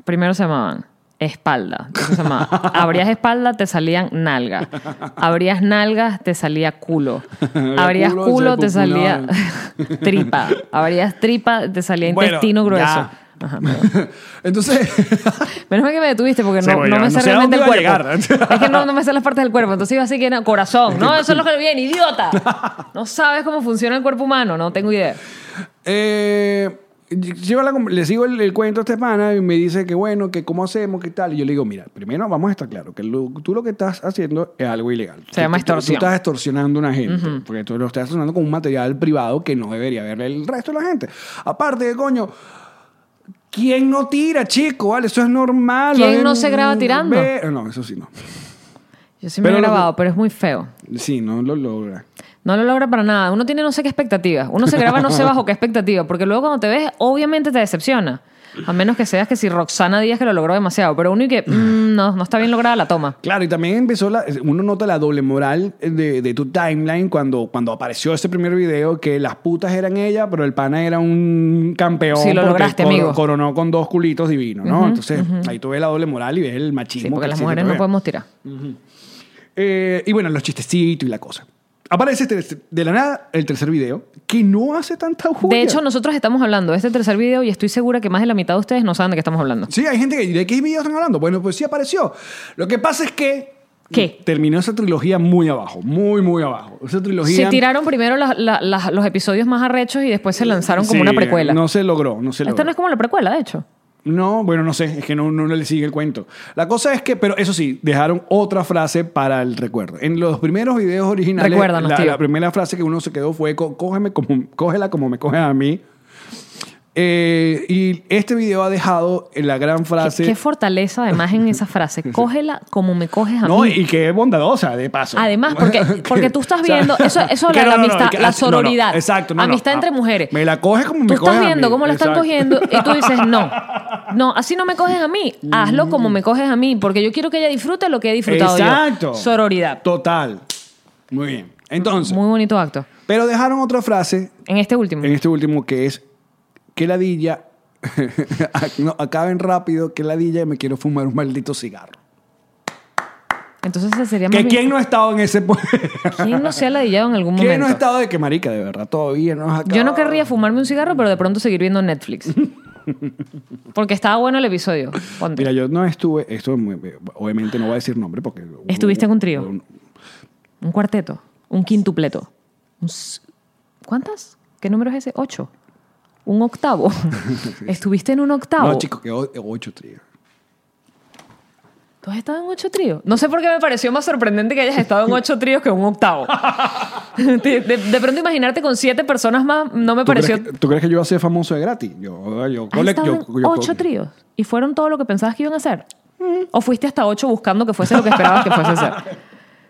S2: primero se llamaban espalda. después
S1: [LAUGHS]
S2: se llamaba- abrías espalda, te salían nalgas. Abrías nalgas, te salía culo.
S1: [LAUGHS] Había
S2: Abrías
S1: culo, se
S2: culo, te salía
S1: [LAUGHS] pupulaba.
S2: tripa. Abrías tripa, te salía
S1: Bueno,
S2: intestino grueso.
S1: ya.
S2: Ajá, perdón.
S1: [LAUGHS] entonces...
S2: Menos mal que me detuviste porque
S1: Sí,
S2: no,
S1: porque
S2: no
S1: yo
S2: me
S1: no sé
S2: sé
S1: a
S2: realmente el
S1: dónde
S2: cuerpo.
S1: iba a llegar.
S2: [LAUGHS] Es que no, no me sé las partes del cuerpo. Entonces iba así que era corazón. No, eso es lo que viene, idiota. No sabes cómo funciona el cuerpo humano, no tengo idea.
S1: Eh, lleva la com- le sigo el, el cuento a este pana y me dice que bueno, que cómo hacemos, que tal. Y yo le digo, mira, primero vamos a estar claro que lo- tú lo que estás haciendo es algo ilegal.
S2: Se llama
S1: Tú- tú-
S2: extorsión.
S1: Tú estás extorsionando a una gente, porque tú lo estás extorsionando con un material privado que no debería ver el resto de la gente. Aparte de coño... ¿Quién no tira, chico? Vale, eso es normal.
S2: ¿Quién
S1: A
S2: no se graba tirando?
S1: ve- No, eso sí no.
S2: Yo sí me
S1: Pero
S2: he
S1: lo-
S2: grabado, pero es muy feo.
S1: Sí, no lo logra.
S2: No lo logra para nada. Uno tiene no sé qué expectativas. Uno se graba no sé bajo qué expectativa. Porque luego cuando te ves, obviamente te decepciona. A menos que seas que si Roxana Díaz que lo logró demasiado. Pero uno y que mm, no, no está bien lograda la toma.
S1: Claro, y también empezó la, uno nota la doble moral de, de tu timeline cuando, cuando apareció ese primer video que las putas eran ella, pero el pana era un campeón.
S2: Sí, lo
S1: porque
S2: lograste, amigo.
S1: Coronó con dos culitos divinos, ¿no? Entonces ahí tú ves la doble moral y ves el machismo.
S2: Sí, porque
S1: que
S2: las
S1: existe
S2: mujeres no
S1: todavía.
S2: podemos tirar.
S1: Eh, y bueno, los chistecitos y la cosa. Aparece este- de la nada el tercer video que no hace tanta bulla.
S2: De hecho, nosotros estamos hablando de este tercer video y estoy segura que más de la mitad de ustedes no saben de qué estamos hablando.
S1: Sí, hay gente que ¿de qué video están hablando? Bueno, pues sí apareció. Lo que pasa es que
S2: ¿Qué?
S1: Terminó esa trilogía muy abajo, muy, muy abajo. Esa trilogía.
S2: Se tiraron primero las- la- las- los episodios más arrechos y después se lanzaron como
S1: Sí,
S2: una precuela.
S1: No se logró, no se logró.
S2: Esta no es como la precuela, de hecho.
S1: No, bueno, no sé, es que no, no le sigue el cuento. La cosa es que, pero eso sí, dejaron otra frase para el recuerdo. En los primeros videos originales,
S2: Recuérdanos,
S1: la,
S2: tío.
S1: la primera frase que uno se quedó fue, "Co- cógeme como, cógela como me coge a mí. Eh, y este video ha dejado la gran frase...
S2: Qué, qué fortaleza además en
S1: [LAUGHS]
S2: esa frase. Cógela como me coges a
S1: no,
S2: mí.
S1: y que es bondadosa, de paso. [LAUGHS]
S2: Además, porque- porque tú estás viendo- eso- eso
S1: que
S2: habla
S1: no,
S2: de la
S1: no, no,
S2: amistad,
S1: que-
S2: la
S1: no, no,
S2: sororidad.
S1: exacto. no, no.
S2: Amistad entre mujeres.
S1: Me la coge como
S2: Tú
S1: me coge
S2: estás
S1: a mí.
S2: viendo cómo la están
S1: Exacto.
S2: cogiendo y tú dices,
S1: [LAUGHS]
S2: no, no, así no me coges a mí, hazlo como me coges a mí, porque yo quiero que ella disfrute lo que he disfrutado
S1: Exacto.
S2: yo. Sororidad.
S1: Total. Muy bien. Entonces,
S2: Muy bonito acto.
S1: pero dejaron otra frase
S2: En este último.
S1: en este último que es que ladilla [LAUGHS] no, acaben rápido que ladilla y me quiero fumar un maldito cigarro
S2: Entonces ese sería más
S1: que
S2: bien-
S1: quién no ha estado en ese pu-
S2: ¿Quién no se ha ladillado en algún
S1: [LAUGHS] quién
S2: momento?
S1: no ha estado de que marica de verdad todavía no has acabado
S2: Yo no querría fumarme un cigarro, pero de pronto seguir
S1: [LAUGHS]
S2: viendo Netflix. Porque estaba bueno el episodio. Ponte.
S1: mira yo no estuve esto es muy, obviamente no voy a decir nombre porque
S2: Estuviste en un trío. Un cuarteto. Un quintupleto. un s- ¿Cuántas? ¿Qué número es ese? Ocho.
S1: [LAUGHS]
S2: Un octavo. ¿Estuviste en un octavo?
S1: no chico que o- ocho tríos
S2: ¿Tú has estado en ocho tríos? No sé por qué me pareció más sorprendente que hayas estado en ocho tríos que en
S1: [LAUGHS]
S2: un octavo. De, de- de pronto imaginarte con siete personas más no me
S1: ¿Tú crees,
S2: pareció...
S1: que, tú crees que yo iba a ser famoso de gratis? Yo, yo,
S2: ¿Has
S1: cole-
S2: estado
S1: yo-
S2: en
S1: yo- Mm.
S2: ocho tríos? ¿Y fueron todo lo que pensabas que iban a hacer? ¿O fuiste hasta ocho buscando que fuese lo que esperabas que fuese a hacer?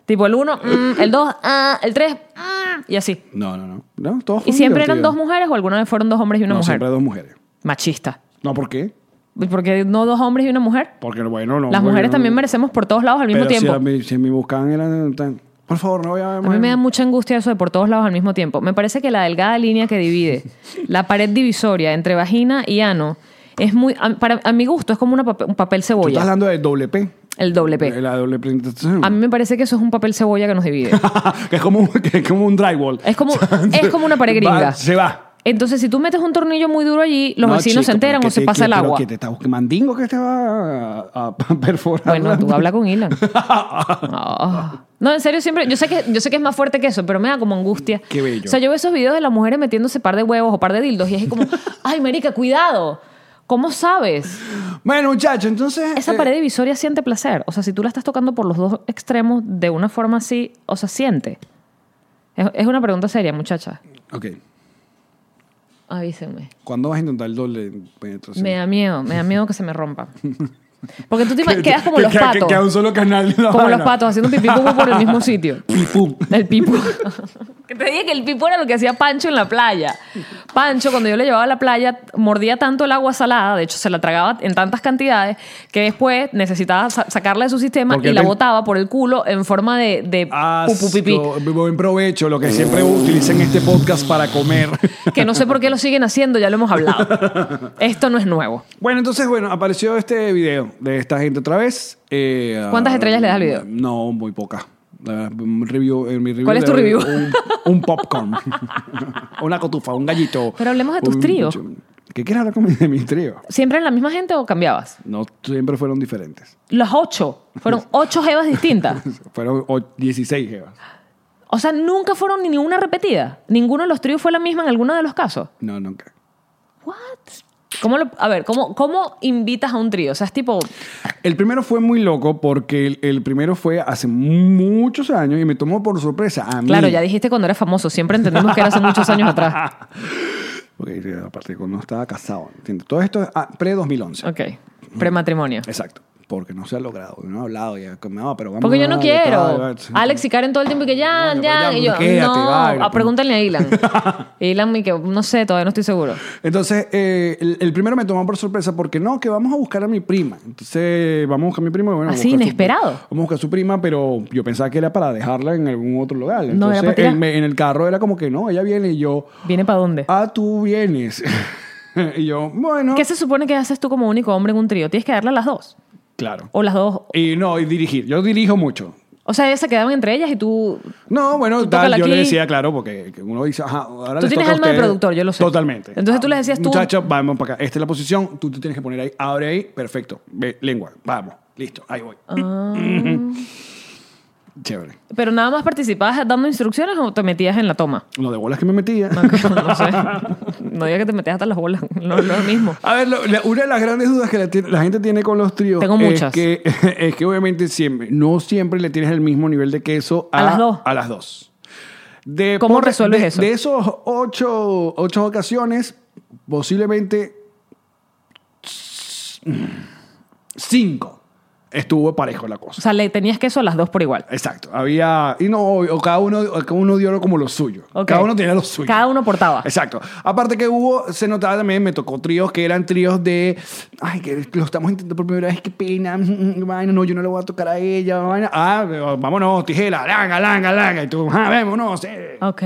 S2: tipo el uno, mm, el dos, ah, el tres, ah, y así.
S1: No, no, no. no todos
S2: ¿Y
S1: fueron
S2: siempre eran
S1: divertidos.
S2: dos mujeres o alguna vez fueron dos hombres y una
S1: No,
S2: mujer?
S1: siempre dos mujeres.
S2: Machista.
S1: No, ¿por qué?
S2: ¿Y ¿Por qué no dos hombres y una mujer?
S1: Porque, bueno, no.
S2: Las mujeres
S1: bueno,
S2: también merecemos por todos lados al mismo
S1: pero
S2: tiempo.
S1: Si, a mí- si me buscaban, eran tan. Por favor, no voy a ver
S2: A mí me da mucha angustia eso de por todos lados al mismo tiempo. Me parece que la delgada línea que divide, la pared divisoria entre vagina y ano, es muy. A, para, a mi gusto es como una pape- un papel
S1: Tú estás
S2: cebolla.
S1: hablando del doble P.
S2: El doble
S1: De
S2: P.
S1: La doble P.
S2: A mí me parece que eso es un papel cebolla que nos divide.
S1: [LAUGHS] que, es como, un- que es como un drywall.
S2: Es
S1: [LAUGHS]
S2: como- es como una pared
S1: Va,
S2: gringa.
S1: se va.
S2: Entonces, si tú metes un tornillo muy duro allí, los
S1: No,
S2: vecinos
S1: chico,
S2: se enteran
S1: pero
S2: o
S1: que
S2: se
S1: te- que-
S2: pasa el
S1: pero
S2: agua.
S1: Que te está buscando mandingo que te va a, [LAUGHS] a perforar.
S2: Bueno,
S1: la-
S2: tú habla
S1: [LAUGHS]
S2: con Ilan. Ah. No, en serio, siempre. Yo sé, que, yo sé que es más fuerte que eso, pero me da como angustia.
S1: Qué bello.
S2: O sea, yo veo esos videos de las mujeres metiéndose par de huevos o par de dildos y
S1: [LAUGHS]
S2: es como, ay, Marica, cuidado. ¿Cómo sabes?
S1: Bueno, muchachos, entonces.
S2: Esa
S1: eh,
S2: pared divisoria siente placer. O sea, si tú la estás tocando por los dos extremos de una forma así, o sea, siente. Es, es una pregunta seria, muchacha.
S1: Ok.
S2: Avísenme.
S1: ¿Cuándo vas a intentar el doble penetración?
S2: Me da miedo, me da miedo que se
S1: [LAUGHS]
S2: me rompa. Porque tú te ima- quedas como
S1: Que-
S2: los
S1: que-
S2: patos.
S1: Que, que a un solo canal. la
S2: Como
S1: vaina.
S2: los patos haciendo pipí pupú por
S1: [LAUGHS]
S2: el mismo sitio.
S1: Pum.
S2: El
S1: [LAUGHS]
S2: pipo. que te dije que el pipo era lo que hacía Pancho en la playa. Pancho, cuando yo le llevaba a la playa, mordía tanto el agua salada, de hecho se la tragaba en tantas cantidades, que después necesitaba sa- sacarla de su sistema
S1: Porque
S2: y la
S1: él-
S2: botaba por el culo en forma de, de
S1: Asco,
S2: pupú pipí.
S1: buen provecho, lo que siempre utilizan este podcast para comer. [LAUGHS]
S2: Que no sé por qué lo siguen haciendo, ya lo
S1: [LAUGHS]
S2: hemos hablado. Esto no es nuevo.
S1: Bueno, entonces, bueno, apareció este video de esta gente otra vez. Eh,
S2: ¿Cuántas
S1: ah,
S2: estrellas le das al video?
S1: No, muy pocas. La verdad, un review- en mi review
S2: ¿Cuál es
S1: le
S2: tu
S1: doy
S2: review?
S1: Un, un popcorn. [LAUGHS] Una cotufa, un gallito.
S2: Pero hablemos de tus
S1: Un-
S2: tríos.
S1: ¿Qué quieres hablar con mi- de mis tríos?
S2: ¿Siempre en la misma gente o cambiabas?
S1: No siempre fueron diferentes.
S2: Los ocho.
S1: [LAUGHS]
S2: Fueron ocho jevas distintas.
S1: Fueron o- 16 jevas.
S2: O sea, nunca fueron ni una repetida. Ninguno de los tríos fue la misma en alguno de los casos.
S1: No, nunca.
S2: What? ¿Cómo lo- a ver, ¿cómo, ¿cómo invitas a un trío? O sea, es tipo,
S1: El primero fue muy loco porque el, el primero fue hace muchos años y me tomó por sorpresa a mí.
S2: claro, ya dijiste cuando eres famoso, siempre entendemos que era hace muchos años atrás.
S1: [LAUGHS] Porque eh, aparte cuando estaba casado, ¿entiendes? Todo esto es ah, pre-2011.
S2: Ok, prematrimonio.
S1: Exacto. Porque no se ha logrado, no ha hablado, ya, como, no, pero vamos
S2: Porque yo no
S1: a-
S2: quiero.
S1: tal,
S2: Alex y Karen todo el tiempo y que ya,
S1: Bueno, pues
S2: ya.
S1: ya,
S2: Y yo,
S1: quédate,
S2: no,
S1: vale,
S2: ah,
S1: pues.
S2: pregúntale a
S1: [LAUGHS]
S2: Ilan. Ilan, me que no sé, todavía no estoy seguro.
S1: Entonces, eh, el, el primero me tomó por sorpresa porque no, que vamos a buscar a mi prima. Entonces, vamos a buscar a mi prima. Bueno,
S2: Así,
S1: vamos a buscar a su-
S2: inesperado.
S1: vamos a buscar a su prima, pero yo pensaba que era para dejarla en algún otro lugar.
S2: No, era
S1: Entonces,
S2: para tirar.
S1: en, me- en el carro era como que no, ella viene y yo,
S2: ¿Viene para dónde?
S1: ah, tú vienes. [LAUGHS] y yo, bueno,
S2: ¿Qué se supone que haces tú como único hombre en un trío? Tienes que darle a las dos.
S1: claro.
S2: O las dos.
S1: Y no, y dirigir. Yo dirijo mucho.
S2: O sea, ellas se quedaban entre ellas y tú.
S1: No, bueno,
S2: Tú
S1: tal,
S2: tócala
S1: yo le
S2: aquí.
S1: decía, claro, porque que uno dice, ajá, ahora
S2: Tú
S1: les
S2: tienes
S1: toca a
S2: alma de
S1: ustedes.
S2: productor, yo lo sé.
S1: Totalmente.
S2: Entonces tú le decías, tú-
S1: Muchachos, vamos para acá. Esta es la posición, tú te tienes que poner
S2: Ah.
S1: ahí, abre ahí, perfecto. Ve, lengua, vamos, listo, ahí voy. [LAUGHS] Chévere.
S2: Pero nada más participabas dando instrucciones o te metías en la toma. [LAUGHS]
S1: Lo de bolas que me metía.
S2: No sé. No diga que te metías hasta las bolas. No es lo mismo.
S1: A ver, lo- la- una de las grandes dudas que la, ti- la gente tiene con los tríos
S2: Tengo muchas.
S1: Es, que, [LAUGHS] es que obviamente siempre, no siempre le tienes el mismo nivel de queso a,
S2: A las dos.
S1: a las dos. De,
S2: ¿Cómo
S1: por-
S2: resuelves
S1: de-
S2: eso?
S1: De esos ocho, ocho ocasiones, posiblemente cinco estuvo parejo la
S2: O
S1: cosa.
S2: sea, le tenías queso a las dos por igual.
S1: Exacto. Había. Y no, o cada uno, o cada uno dio como lo suyo.
S2: Ok.
S1: Cada uno tenía lo suyo.
S2: Cada uno [LAUGHS] portaba.
S1: Exacto. Aparte que hubo, se notaba también, me tocó tríos que eran tríos de, ay, que lo estamos intentando por primera vez, qué pena, mm, mm, vaina, no, yo no le voy a tocar a ella, vaina. Ah, pero vámonos, tijera, langa, langa, langa, y tú, ah, vámonos, eh,
S2: Ok.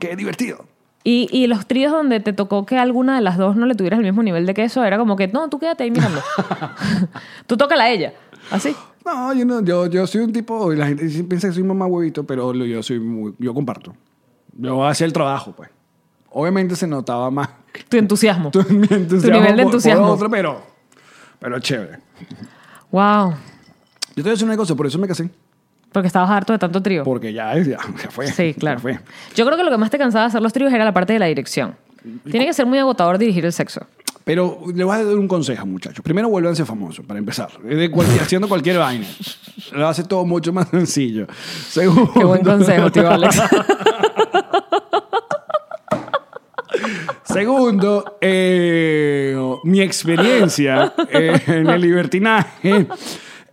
S1: qué divertido.
S2: Y, y los tríos donde te tocó que alguna de las dos no le tuvieras el mismo nivel de queso, era como que, no, tú quédate ahí mirando.
S1: [LAUGHS]
S2: tú tócala a ella. Así.
S1: No, yo no, yo, yo soy un tipo, y la gente sí piensa que soy mamá huevito, pero lo- yo soy muy, yo comparto. Yo hacía el trabajo, pues. Obviamente se notaba más [LAUGHS]
S2: Tu entusiasmo.
S1: tu, mi entusiasmo
S2: nivel de
S1: por- por
S2: entusiasmo.
S1: otro, pero, pero chévere.
S2: Wow.
S1: Yo te voy a decir una cosa, por eso me casé.
S2: Porque estabas harto de tanto trío.
S1: Porque ya, ya, ya fue.
S2: Sí,
S1: ya
S2: claro.
S1: fue.
S2: Yo creo que lo que más te cansaba de hacer los tríos era la parte de la dirección. Tiene que ser muy agotador dirigir el sexo.
S1: Pero le voy a dar un consejo, muchachos. Primero vuélvanse famosos, para empezar. Es de cualquier- haciendo cualquier vaina. Lo hace todo mucho más sencillo. Segundo, [LAUGHS]
S2: Qué buen consejo, tío Alex.
S1: segundo eh, mi experiencia eh, en el libertinaje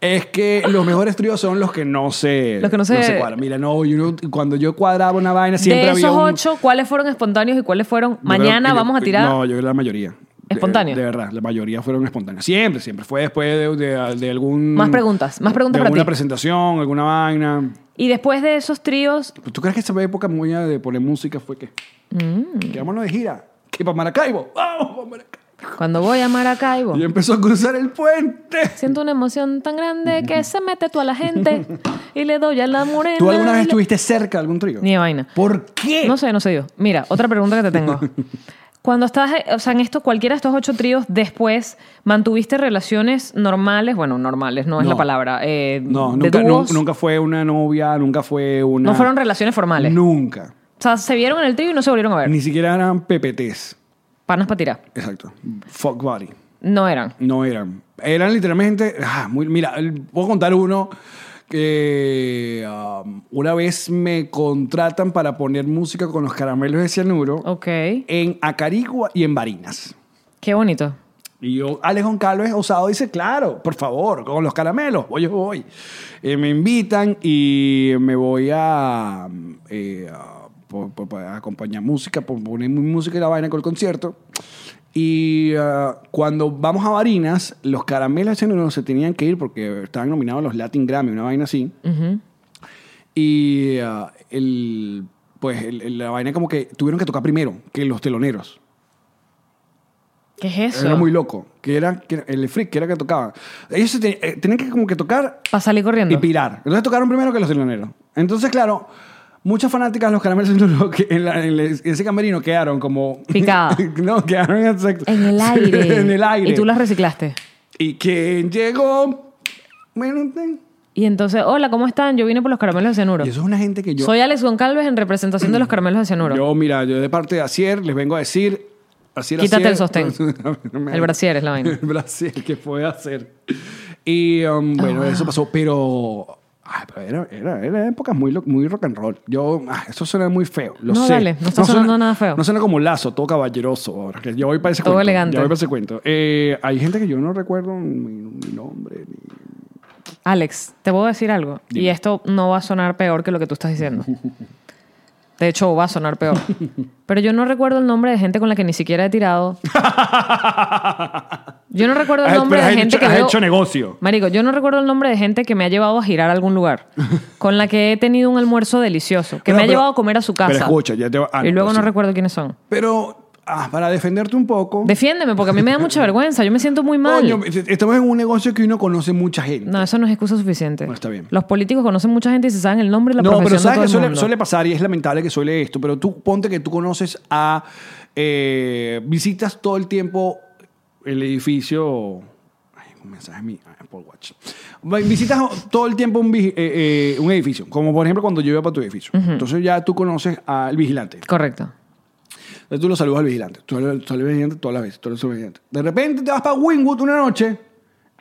S1: es que los mejores tríos son los que no se,
S2: Los que no se-
S1: cuadran. Mira, no, yo no- cuando yo cuadraba una vaina siempre
S2: de
S1: había
S2: esos
S1: un-
S2: ocho, ¿cuáles fueron espontáneos y cuáles fueron?
S1: Yo
S2: Mañana
S1: creo- yo-
S2: vamos a tirar.
S1: No, yo creo la mayoría. De-
S2: ¿Espontáneo?
S1: De, verdad, la mayoría fueron espontáneas. Siempre, siempre. Fue después de, de- de algún.
S2: Más preguntas, más preguntas
S1: de
S2: para
S1: alguna
S2: ti.
S1: presentación, alguna vaina. Pues,
S2: Y después de esos tríos,
S1: ¿Tú crees que esa época muy de poner música fue que.
S2: Mm.
S1: Que vámonos de gira. Que para Maracaibo. Vamos para Maracaibo.
S2: cuando voy a Maracaibo,
S1: Y empezó a cruzar el puente.
S2: siento una emoción tan grande que se mete tú a la gente y le doy a la morena.
S1: ¿Tú alguna vez
S2: y le-
S1: estuviste cerca de algún trío?
S2: Ni de vaina.
S1: ¿Por qué?
S2: No sé, no sé yo. Mira, otra pregunta que te
S1: [LAUGHS]
S2: tengo. Cuando estás, eh, o sea, en esto, cualquiera de estos ocho tríos, después, ¿mantuviste relaciones normales? Bueno, normales, no, es
S1: No.
S2: la palabra. eh,
S1: No,
S2: de
S1: nunca, nun-
S2: dúos.
S1: nunca fue una novia, nunca fue una.
S2: No fueron relaciones formales.
S1: Nunca.
S2: O sea, se vieron en el trío y no se volvieron a ver.
S1: Ni siquiera eran PPTs.
S2: Panas para tirar.
S1: Exacto. Fuck body.
S2: No eran.
S1: No eran. Eran literalmente. ah, muy, mira, el- puedo contar uno que um, una vez me contratan para poner música con los caramelos de cianuro
S2: Ok.
S1: en Acarigua y en Barinas.
S2: Qué bonito.
S1: Y yo, Alex Goncalves Osado dice, claro, por favor, con los caramelos, voy, yo voy. Eh, me invitan y me voy a, eh, a- po- po- po- a acompañar música, po- poner mi música y la vaina con el concierto. Y ah, cuando vamos a Varinas, los caramelos no se tenían que ir porque estaban nominados a los Latin Grammy, una vaina así.
S2: Ujú.
S1: Y ah, el, pues el- el- la vaina como que tuvieron que tocar primero que los teloneros.
S2: ¿Qué es eso?
S1: Era muy loco. Que era, que era el freak, que era que tocaba. Ellos se te- eh, tenían que como que tocar
S2: Para salir corriendo.
S1: y pirar. Entonces tocaron primero que los teloneros. Entonces, claro, muchas fanáticas de los caramelos del Cianuro que en, la- en la- en ese camerino quedaron como... [LAUGHS]
S2: Picada.
S1: no, quedaron exacto.
S2: En
S1: [LAUGHS]
S2: el aire.
S1: en el aire.
S2: Y tú las reciclaste.
S1: Y quien llegó... Bueno, ten-
S2: Y entonces, hola, ¿cómo están? Yo vine por los caramelos de cianuro.
S1: Y eso es una gente que yo...
S2: Soy Alex Goncalves en representación de los caramelos de cianuro.
S1: yo, mira, yo de parte de Asier les vengo a decir... Asier,
S2: Quítate el
S1: Asier- [LAUGHS]
S2: sostén. El brasier es la vaina.
S1: El [LAUGHS] brasier que fue a hacer. Y um, bueno, eso pasó, pero. ay, pero era, era, era época muy, lo- muy rock and roll. Yo, ah, eso suena muy feo. Lo
S2: No,
S1: sé.
S2: dale, no está sonando nada feo.
S1: No suena como lazo, todo caballeroso. Ahora, que yo voy para ese
S2: Todo
S1: cuento.
S2: elegante.
S1: Yo voy para ese cuento. Eh, hay gente que yo no recuerdo mi, mi nombre. ni-
S2: Alex, te puedo decir algo. Y
S1: Dime.
S2: esto no va a sonar peor que lo que tú estás diciendo. De hecho, va a sonar
S1: [LAUGHS]
S2: peor. Pero yo no recuerdo el nombre de gente con la que ni siquiera he tirado.
S1: [LAUGHS]
S2: Yo no recuerdo el
S1: Has-
S2: nombre
S1: pero
S2: de
S1: has
S2: gente
S1: hecho-
S2: que
S1: has
S2: veo-
S1: hecho negocio.
S2: Marico, yo no recuerdo el nombre de gente que me ha llevado a girar a algún lugar. Con la que he tenido un almuerzo delicioso. Que
S1: Bueno,
S2: me ha
S1: pero-
S2: llevado a comer a su casa.
S1: Pero escucha, ya te va- ah,
S2: y luego
S1: pero
S2: no
S1: sí.
S2: recuerdo quiénes son.
S1: Pero ah, para defenderte un poco.
S2: Defiéndeme, porque a mí me da mucha vergüenza. Yo me siento muy mal.
S1: coño, estamos en un negocio que uno conoce mucha gente.
S2: No, eso no es excusa suficiente.
S1: Bueno, está bien.
S2: Los políticos conocen mucha gente y se saben el nombre y la
S1: No,
S2: profesión
S1: pero sabes
S2: de
S1: que
S2: todo el
S1: suele,
S2: mundo.
S1: suele pasar y es lamentable que suele esto, pero tú ponte que tú conoces a... eh, visitas todo el tiempo el edificio... ay, un mensaje a mi Apple Watch. Visitas todo el tiempo un, vigi- eh, eh, un edificio, como por ejemplo cuando yo iba para tu edificio. Entonces ya tú conoces al vigilante.
S2: Correcto.
S1: Entonces tú lo saludas al vigilante. Tú saludas tú saludas al vigilante todas las veces. Tú lo saludas al vigilante. De repente te vas para Wingwood una noche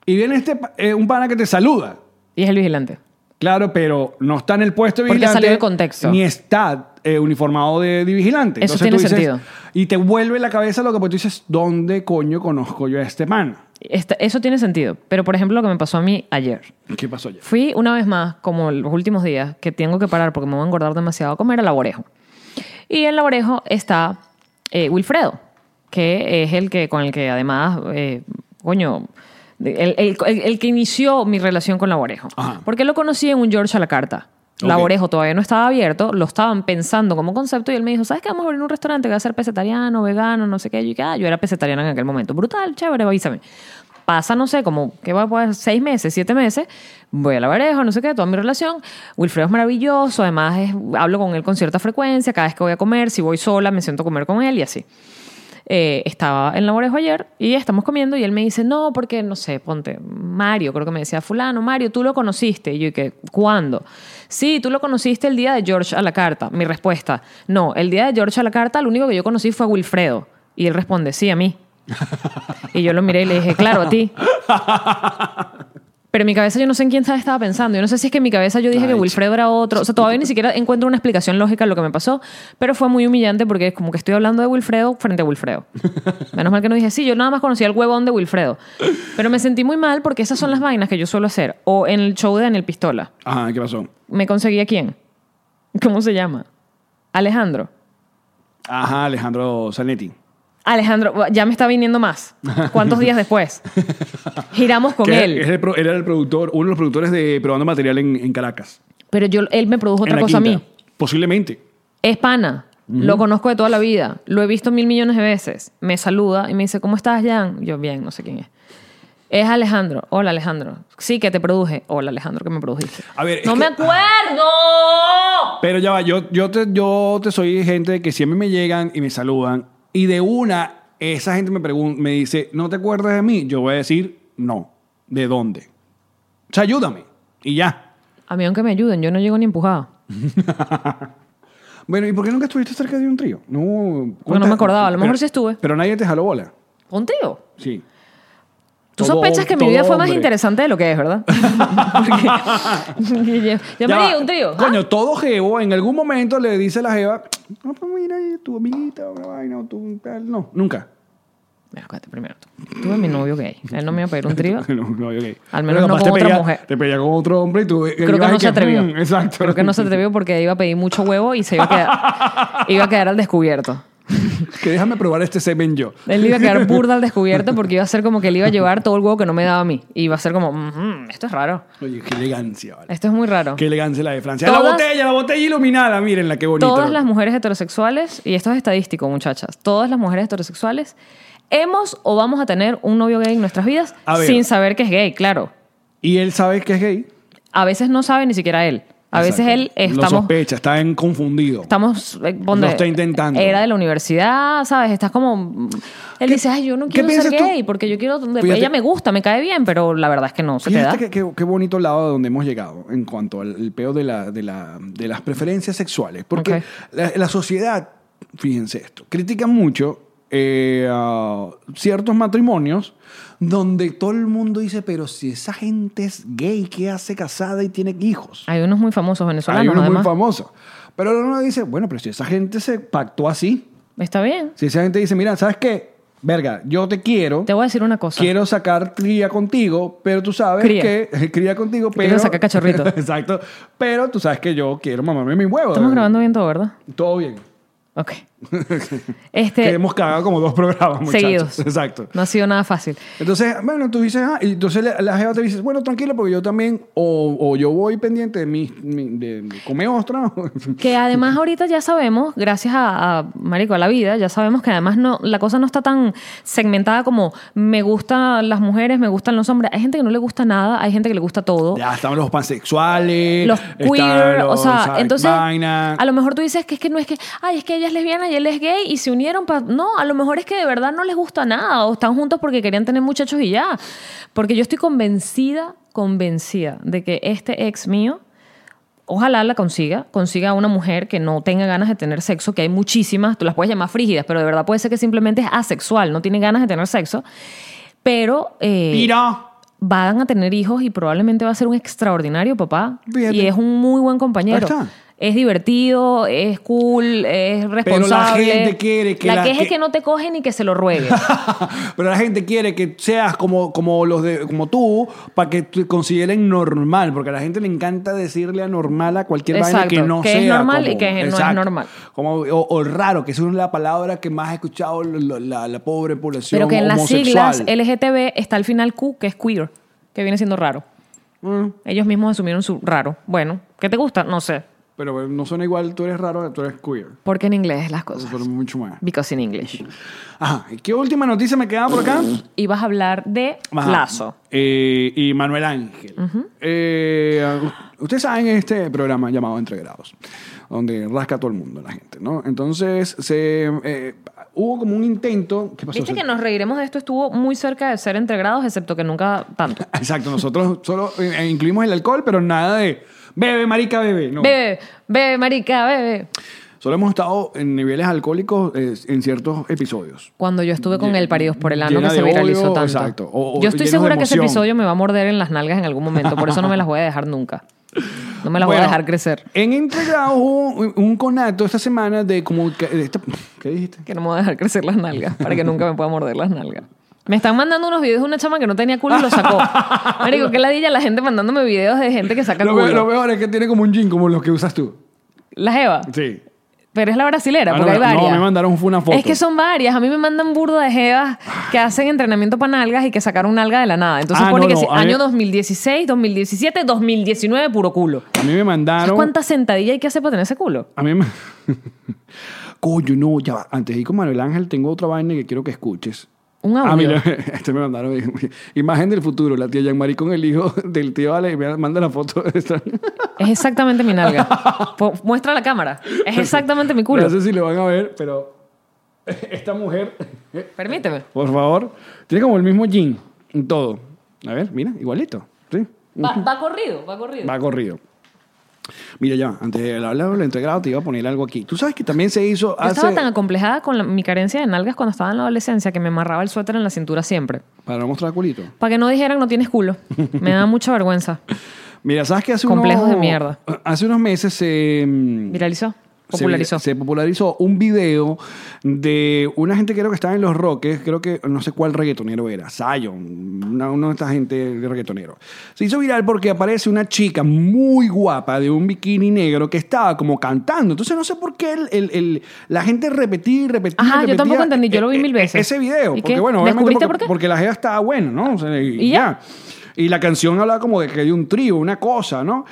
S1: y viene este, pa- eh, un pana que te saluda.
S2: Y es el vigilante.
S1: Claro, pero no está en el puesto de
S2: Porque
S1: vigilante.
S2: salió de contexto.
S1: Ni está eh, uniformado de, de vigilante.
S2: Eso
S1: Entonces
S2: tiene
S1: tú dices-
S2: sentido.
S1: Y te vuelve la cabeza lo que pues, tú dices, ¿dónde coño conozco yo a este man?
S2: Esta- eso tiene sentido. Pero, por ejemplo, lo que me pasó a mí ayer.
S1: ¿Qué pasó ya?
S2: Fui una vez más, como los últimos días, que tengo que parar porque me voy a engordar demasiado a comer, al laborejo. Y en laborejo está eh, Wilfredo, que es el que con el que además, eh, coño, el, el- el- el que inició mi relación con laborejo.
S1: Ajá.
S2: Porque lo conocí en un George a la carta.
S1: Ok.
S2: Laborejo todavía no estaba abierto, lo estaban pensando como concepto y él me dijo, ¿sabes qué? Vamos a abrir un restaurante que va a ser pesetariano, vegano, no sé qué. Yo, dije, ah, yo era pesetariana en aquel momento. Brutal, chévere, avísame. Pasa, no sé, como, ¿qué va a poder? Seis meses, siete meses. Voy a Laborejo, no sé qué, toda mi relación. Wilfredo es maravilloso, además es- hablo con él con cierta frecuencia, cada vez que voy a comer, si voy sola, me siento a comer con él y así eh, estaba en Laborejo ayer y estamos comiendo y él me dice, no, porque, no sé, ponte, Mario, creo que me decía fulano, Mario, tú lo conociste. Y yo dije, ¿cuándo? Sí, tú lo conociste el día de George a la carta. Mi respuesta, no, el día de George a la carta, lo único que yo conocí fue a Wilfredo. Y él responde, sí, a mí. y yo lo miré y le dije, claro,
S1: [LAUGHS]
S2: a ti. Pero en mi cabeza yo no sé en quién estaba- estaba pensando. Yo no sé si es que en mi cabeza yo dije
S1: Ay,
S2: que
S1: chico.
S2: Wilfredo era otro. O sea, todavía ni siquiera encuentro una explicación lógica de lo que me pasó. Pero fue muy humillante porque es como que estoy hablando de Wilfredo frente a
S1: [LAUGHS]
S2: Wilfredo. Menos mal que no dije, sí, yo nada más conocía el huevón de Wilfredo. Pero me sentí muy mal porque esas son las vainas que yo suelo hacer. O en el show de Daniel Pistola.
S1: Ajá, ¿qué pasó?
S2: ¿Me conseguí a quién? ¿Cómo se llama? Alejandro.
S1: Ajá, Alejandro Zanetti.
S2: Alejandro, ya me está viniendo más. ¿Cuántos
S1: [LAUGHS]
S2: días después? Giramos con
S1: Que
S2: él.
S1: es el pro- Él era el productor, uno de los productores de Probando Material en, en Caracas.
S2: Pero yo, él me produjo
S1: en
S2: otra
S1: la
S2: cosa a
S1: Quinta.
S2: mí.
S1: Posiblemente.
S2: es pana. Lo conozco de toda la vida. Lo he visto mil millones de veces. Me saluda y me dice, ¿cómo estás, Jan? Yo, bien, no sé quién es. Es Alejandro. Hola, Alejandro. Sí, que te produje. Hola, Alejandro, que me produjiste.
S1: A ver, es
S2: ¡No
S1: que- Ah.
S2: me acuerdo!
S1: Pero ya va, yo, yo, te, yo te soy gente que siempre me llegan y me saludan. Y de una, esa gente me, pregun- me dice, ¿no te acuerdas de mí? Yo voy a decir, no. ¿De dónde? O sea, ayúdame. Y ya.
S2: A mí, aunque me ayuden, yo no llego ni empujado.
S1: Bueno, ¿y por qué nunca estuviste cerca de un trío? No,
S2: Porque no me acordaba. A lo mejor
S1: pero-
S2: sí estuve.
S1: Pero nadie te jaló bola.
S2: Un tío.
S1: Sí.
S2: Tú
S1: Todo
S2: sospechas que mi
S1: hom-
S2: vida
S1: todo
S2: fue más
S1: hombre.
S2: interesante de lo que
S1: [LAUGHS]
S2: es, ¿verdad? [LAUGHS] Porque- [LAUGHS] ya,
S1: Ya
S2: me
S1: va.
S2: digo, un ¿ah? tío.
S1: Coño, todo jevo en algún momento le dice a la jeva, no, pues mira, tu amiguita, una vaina, o tu tal. No, nunca.
S2: Mira, Ah, espérate, primero tú. Tuve mi novio gay. Él no me iba a pedir un trío.
S1: [LAUGHS] No, no, ok. Pero
S2: Al menos no
S1: capaz
S2: con
S1: te
S2: otra
S1: pelea-
S2: mujer.
S1: Te pelea con otro hombre y tú. eh, y
S2: Creo que
S1: vas
S2: no
S1: y
S2: se atrevió.
S1: "Mm", exacto.
S2: Creo que no se atrevió porque iba a pedir mucho huevo y se iba a quedar, iba a quedar al descubierto.
S1: [LAUGHS] Que déjame probar este semen
S2: [LAUGHS]
S1: yo.
S2: Él iba a quedar burda al descubierto porque iba a ser como que él iba a llevar todo el huevo que no me daba a mí. Y iba a ser como, "Ujú, esto es raro.
S1: [LAUGHS] Oye, qué elegancia, vale.
S2: Esto es muy raro.
S1: Qué elegancia la de Francia. La
S2: Todas-
S1: botella, la botella iluminada, miren la qué bonita.
S2: Todas las mujeres heterosexuales, y esto es estadístico, muchachas, todas las mujeres heterosexuales hemos o vamos a tener un novio gay en nuestras vidas
S1: A ver.
S2: sin saber que es gay, claro.
S1: Y él sabe que es gay.
S2: A veces no sabe ni siquiera él. A veces
S1: Exacto.
S2: él
S1: Lo
S2: estamos
S1: sospecha, está en confundido.
S2: Estamos. eh,
S1: Lo
S2: ponte,
S1: está intentando.
S2: Era de la universidad, ¿sabes? Estás como. mm, Él dice, ay, yo no
S1: qué
S2: quiero ser
S1: piensas tú?
S2: gay porque yo quiero.
S1: Fíjate-
S2: ella me gusta, me cae bien, pero la verdad es que no se te da.
S1: Fíjate que- que- qué bonito lado donde hemos llegado en cuanto al el peo de, la- de la- de las preferencias sexuales. Porque
S2: Ok.
S1: la, la sociedad, fíjense esto, critica mucho eh, a ciertos matrimonios donde todo el mundo dice, pero si esa gente es gay, ¿qué hace casada y tiene hijos?
S2: Hay unos muy famosos venezolanos,
S1: Hay uno muy
S2: además.
S1: famoso. Pero uno dice, bueno, pero si esa gente se pactó así,
S2: Está bien.
S1: si esa gente dice, mira, ¿sabes qué? Verga, yo te quiero.
S2: Te voy a decir una cosa.
S1: Quiero sacar cría contigo, pero tú sabes
S2: Cría.
S1: que [LAUGHS] cría contigo, pero
S2: Quiero sacar
S1: [LAUGHS]
S2: cachorrito.
S1: Exacto. Pero tú sabes que yo quiero mamarme mi huevo.
S2: Estamos grabando bien todo, ¿verdad?
S1: Todo bien. [LAUGHS]
S2: Ok. este,
S1: que hemos cagado como dos programas muchachos.
S2: seguidos.
S1: Exacto.
S2: No ha sido nada fácil.
S1: Entonces, bueno, tú dices, ah, y entonces la, la jeva te dice, bueno, tranquilo, porque yo también, o, o yo voy pendiente de mi, mi- de, de comer ostra.
S2: Que además ahorita ya sabemos, gracias a, a, Marico, a la vida, ya sabemos que además no, la cosa no está tan segmentada como me gustan las mujeres, me gustan los hombres. Hay gente que no le gusta nada, hay gente que le gusta
S1: [LAUGHS]
S2: todo.
S1: ya están los pansexuales,
S2: los
S1: están
S2: queer, o
S1: los
S2: sea,
S1: sac-
S2: entonces
S1: vaina.
S2: a lo mejor tú dices que es que no es que, ay, es que ella es lesbiana ay, él es gay y se unieron para... No, a lo mejor es que de verdad no les gusta nada o están juntos porque querían tener muchachos y ya. Porque yo estoy convencida, convencida de que este ex mío, ojalá la consiga, consiga a una mujer que no tenga ganas de tener sexo, que hay muchísimas, tú las puedes llamar frígidas, pero de verdad puede ser que simplemente es asexual, no tiene ganas de tener sexo. Pero... eh,
S1: Mira.
S2: van a tener hijos y probablemente va a ser un extraordinario papá.
S1: Fíjate.
S2: Y es un muy buen compañero.
S1: Ahí está.
S2: Es divertido, es cool, es responsable.
S1: gente quiere que
S2: La,
S1: la-
S2: queja
S1: que-
S2: es que no te coge ni que se
S1: [LAUGHS]
S2: lo ruegue.
S1: Pero la gente quiere que seas como, como los de, como tú, para que te consideren normal, porque a la gente le encanta decirle anormal a cualquier vaina
S2: Exacto,
S1: que no
S2: que
S1: sea
S2: es normal
S1: como-
S2: y que no es normal.
S1: Como, o, o raro, que esa es la palabra que más ha escuchado la, la- la pobre población
S2: Pero que en las
S1: homosexual.
S2: siglas LGTB está al final Q, que es queer, que viene siendo raro.
S1: Mm,
S2: Ellos mismos asumieron su raro. Bueno, ¿qué te gusta? No sé.
S1: Pero no suena igual, tú eres raro, tú eres queer.
S2: Porque en inglés es las
S1: Eso
S2: cosas.
S1: suena mucho más.
S2: Because in English.
S1: Ajá, ¿y ¿qué última noticia me queda por acá?
S2: Y vas a hablar de
S1: Ajá.
S2: lazo.
S1: Eh, y Manuel Ángel. Eh, ustedes saben este programa llamado Entre Grados, donde rasca a todo el mundo la gente, ¿no? Entonces, se, eh, hubo como un intento. ¿Qué pasó?
S2: Viste
S1: Se-
S2: que nos reiremos de esto, estuvo muy cerca de ser entregrados, excepto que nunca tanto.
S1: [LAUGHS] Exacto, nosotros solo eh, incluimos el alcohol, pero nada de bebe, marica, bebe. No.
S2: Bebe, bebe, marica, bebe.
S1: Solo hemos estado en niveles alcohólicos eh, en ciertos episodios.
S2: Cuando yo estuve con
S1: Lle-
S2: el paridos por el ano
S1: llena
S2: que se
S1: de
S2: viralizó
S1: odio,
S2: tanto.
S1: exacto, o- o
S2: yo estoy
S1: llenos de
S2: segura que ese
S1: emoción.
S2: episodio me va a morder en las nalgas en algún momento, por eso no me las voy a dejar nunca. No me las voy a
S1: Bueno,
S2: dejar crecer.
S1: En Entre Grados hubo un- un conato esta semana de como. que- de esta- ¿Qué dijiste?
S2: Que no me voy a dejar crecer las nalgas, para que nunca me pueda morder las nalgas. Me están mandando unos videos de una chama que no tenía culo y
S1: [LAUGHS]
S2: lo sacó. Marico, qué ladilla la gente mandándome videos de gente que saca
S1: Lo,
S2: culo.
S1: pe- lo peor es que tiene como un jean como los que usas tú.
S2: La jeva.
S1: Sí.
S2: Pero es la brasilera,
S1: Ah,
S2: porque
S1: no,
S2: hay
S1: no,
S2: varias.
S1: me mandaron fue una foto.
S2: Es que son varias. A mí me mandan burda de jevas que hacen entrenamiento para nalgas y que sacaron nalga de la nada. Entonces
S1: Ah,
S2: pone
S1: no,
S2: que
S1: no,
S2: sí,
S1: a mí-
S2: año 2016, 2017, 2019, puro culo.
S1: A mí me
S2: ¿Sabes
S1: mandaron.
S2: cuántas sentadillas hay que hacer para tener ese culo?
S1: A mí me. [LAUGHS] Coño, no, ya va. Antes de ir con Manuel Ángel, tengo otra vaina que quiero que escuches.
S2: Un audio.
S1: Ah, mira, [LAUGHS] este me mandaron. Imagen del futuro. La tía Jean-Marie con el hijo [LAUGHS] del tío Ale. Me manda la foto. de esta.
S2: Es exactamente mi
S1: [LAUGHS]
S2: nalga. Po- muestra a la cámara. Es exactamente mi culo.
S1: No sé si lo van a ver, pero. [LAUGHS] Esta mujer, [LAUGHS]
S2: Permíteme.
S1: por favor, tiene como el mismo jean en todo. A ver, mira, igualito. Sí.
S2: Va, va corrido, va corrido.
S1: Va corrido. Mira, ya, antes de hablar de lo integrado, te iba a poner algo aquí. Tú sabes que también se hizo
S2: Yo
S1: hace.
S2: estaba tan acomplejada con la- mi carencia de nalgas cuando estaba en la adolescencia que me amarraba el suéter en la cintura siempre.
S1: Para no mostrar culito.
S2: Para que no dijeran no tienes culo.
S1: [LAUGHS]
S2: Me da mucha vergüenza.
S1: Mira, ¿sabes que hace
S2: Complejos
S1: unos...
S2: de mierda.
S1: Hace unos meses se... mm,
S2: Viralizó.
S1: se-
S2: Popularizó.
S1: Se, popularizó un video de una gente creo que estaba en Los Roques, creo que no sé cuál reggaetonero era, Zion, una- uno de esta gente reggaetonero. Se hizo viral porque aparece una chica muy guapa de un bikini negro que estaba como cantando. Entonces no sé por qué el- el- el- la gente repetía y repetía. y
S2: Ajá, yo
S1: repetía
S2: tampoco entendí, yo lo vi
S1: e-
S2: mil
S1: e-
S2: veces.
S1: Ese video,
S2: ¿Y
S1: porque
S2: qué?
S1: bueno, obviamente
S2: ¿Descubriste
S1: porque,
S2: por qué?
S1: porque la jeva estaba buena, ¿no? O sea, y
S2: ¿Y
S1: ya.
S2: ya?
S1: Y la canción hablaba como de que hay un trío, una cosa, ¿no?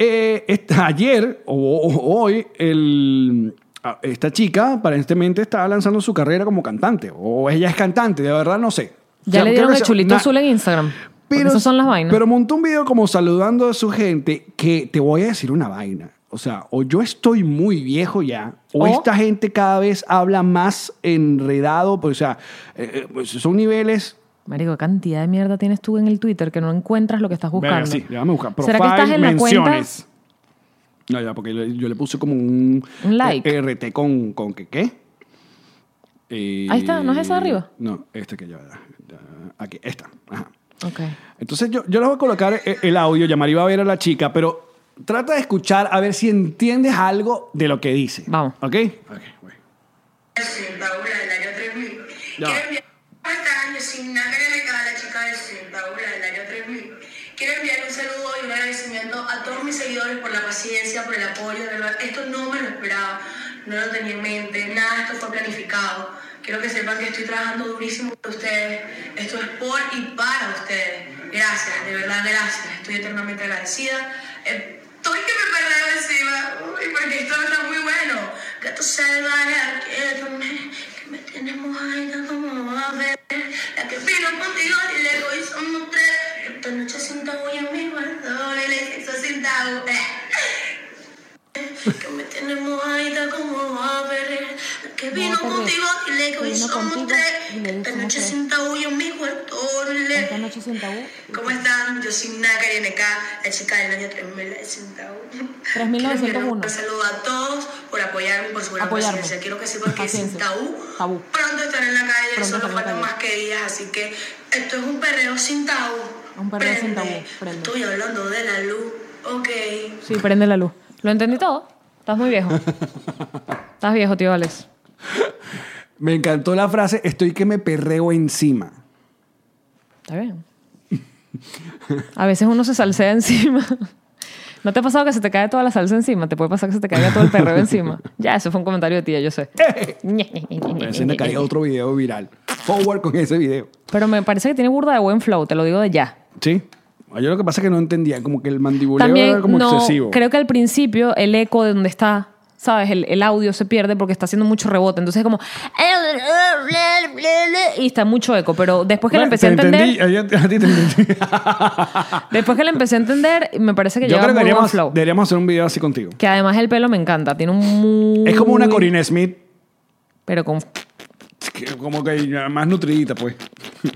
S1: Eh, esta- ayer o, o- hoy, el, a- esta chica aparentemente estaba lanzando su carrera como cantante. O ella es cantante, de verdad no sé.
S2: Ya
S1: O sea,
S2: le
S1: creo
S2: dieron
S1: que
S2: el
S1: se-
S2: chulito
S1: na-
S2: azul en Instagram. Porque esas son las vainas.
S1: Pero montó un video como saludando a su gente que te voy a decir una vaina. O sea, o yo estoy muy viejo ya, o,
S2: O-
S1: esta gente cada vez habla más enredado. Pues, o sea, eh, eh, pues, son niveles...
S2: Marico, ¿qué cantidad de mierda tienes tú en el Twitter que no encuentras lo que estás buscando?
S1: Verga, sí, déjame buscar.
S2: ¿Será que
S1: Profile,
S2: estás en la cuenta?
S1: menciones. No, ya, porque le- yo le puse como un,
S2: Un like.
S1: eh, RT con, con que qué. Eh,
S2: Ahí está, ¿no es esa de arriba?
S1: No, esta que ya, ya, Aquí, esta. Ajá.
S2: Ok.
S1: Entonces yo, yo les voy a colocar e- el audio, llamar iba a ver a la chica, pero trata de escuchar a ver si entiendes algo de lo que dice.
S2: Vamos.
S1: ¿Ok? Ok, güey.
S4: Paula del año 3000.
S1: Ya.
S4: Quiero enviar un comentario sin nada que le a la chica de Sin Paula del año 3000. Quiero enviar un saludo y un agradecimiento a todos mis seguidores por la paciencia, por el apoyo. De verdad, esto no me lo esperaba, no lo tenía en mente, nada de esto fue planificado. Quiero que sepan que estoy trabajando durísimo por ustedes. Esto es por y para ustedes. Gracias, de verdad, gracias. Estoy eternamente agradecida. Eh, Estoy que me perdonen encima, uy, porque esto está muy bueno. Gato salvaje, aquétame, que me tienes mojada como a ver. La que vino contigo y le voy son tres. Esta noche sin tabú y en mi guardador, el exceso sin tabú. eh. Que me tienes mojada como a ver. que vino
S5: tardes.
S4: contigo y le
S5: Que vino
S4: causó
S5: contigo y le
S4: esta
S5: hizo
S4: noche
S5: mostrar.
S4: sin tabú yo mismo
S5: Esta
S4: el
S5: noche sin tabú.
S4: ¿Cómo están? Yo soy Nagari NK, la chica del año 3000 de Centauro.
S5: 3901.
S4: Un saludo a todos por apoyarme, por su gran
S5: Apoyarme.
S4: paciencia. Quiero que sepan que
S5: Paciencia.
S4: Centauro
S5: Tabú.
S4: pronto estará en la calle,
S5: Pronto estará
S4: solo
S5: en la
S4: faltan
S5: calle.
S4: más que días, así que esto es un perreo sin tabú.
S5: Un perreo sin tabú, prende.
S4: Estoy hablando de la luz, ok.
S2: Sí, prende la luz. ¿Lo entendí todo? Estás muy
S1: [LAUGHS]
S2: viejo. Estás viejo, tío Alex.
S1: Me encantó la frase, estoy que me perreo encima. [LAUGHS]
S2: Está bien. A veces uno se salsea encima. ¿No te ha pasado que se te cae toda la salsa encima? Te puede pasar que se te caiga todo el perreo encima. Ya, eso fue un comentario de tía, yo sé.
S1: Se me cayó otro video viral. Forward con ese video.
S2: Pero me parece que tiene burda de buen flow, te lo digo de ya.
S1: Sí. Yo lo que pasa es que no entendía, como que el mandibuleo
S2: También
S1: era como
S2: no,
S1: excesivo.
S2: creo que al principio el eco de donde está, ¿sabes? El, el audio se pierde porque está haciendo mucho rebote. Entonces es como... Y está mucho eco, pero después que
S1: Bueno,
S2: lo empecé
S1: te
S2: a entender...
S1: entendí, a ti- a ti te entendí.
S2: Después que lo empecé a entender, me parece que
S1: Yo
S2: lleva
S1: creo que
S2: muy buen
S1: deberíamos,
S2: flow.
S1: deberíamos hacer un video así contigo.
S2: Que además el pelo me encanta. Tiene un muy...
S1: Es como una Corina Smith,
S2: Pero con...
S1: que- como que más nutridita, pues. [LAUGHS]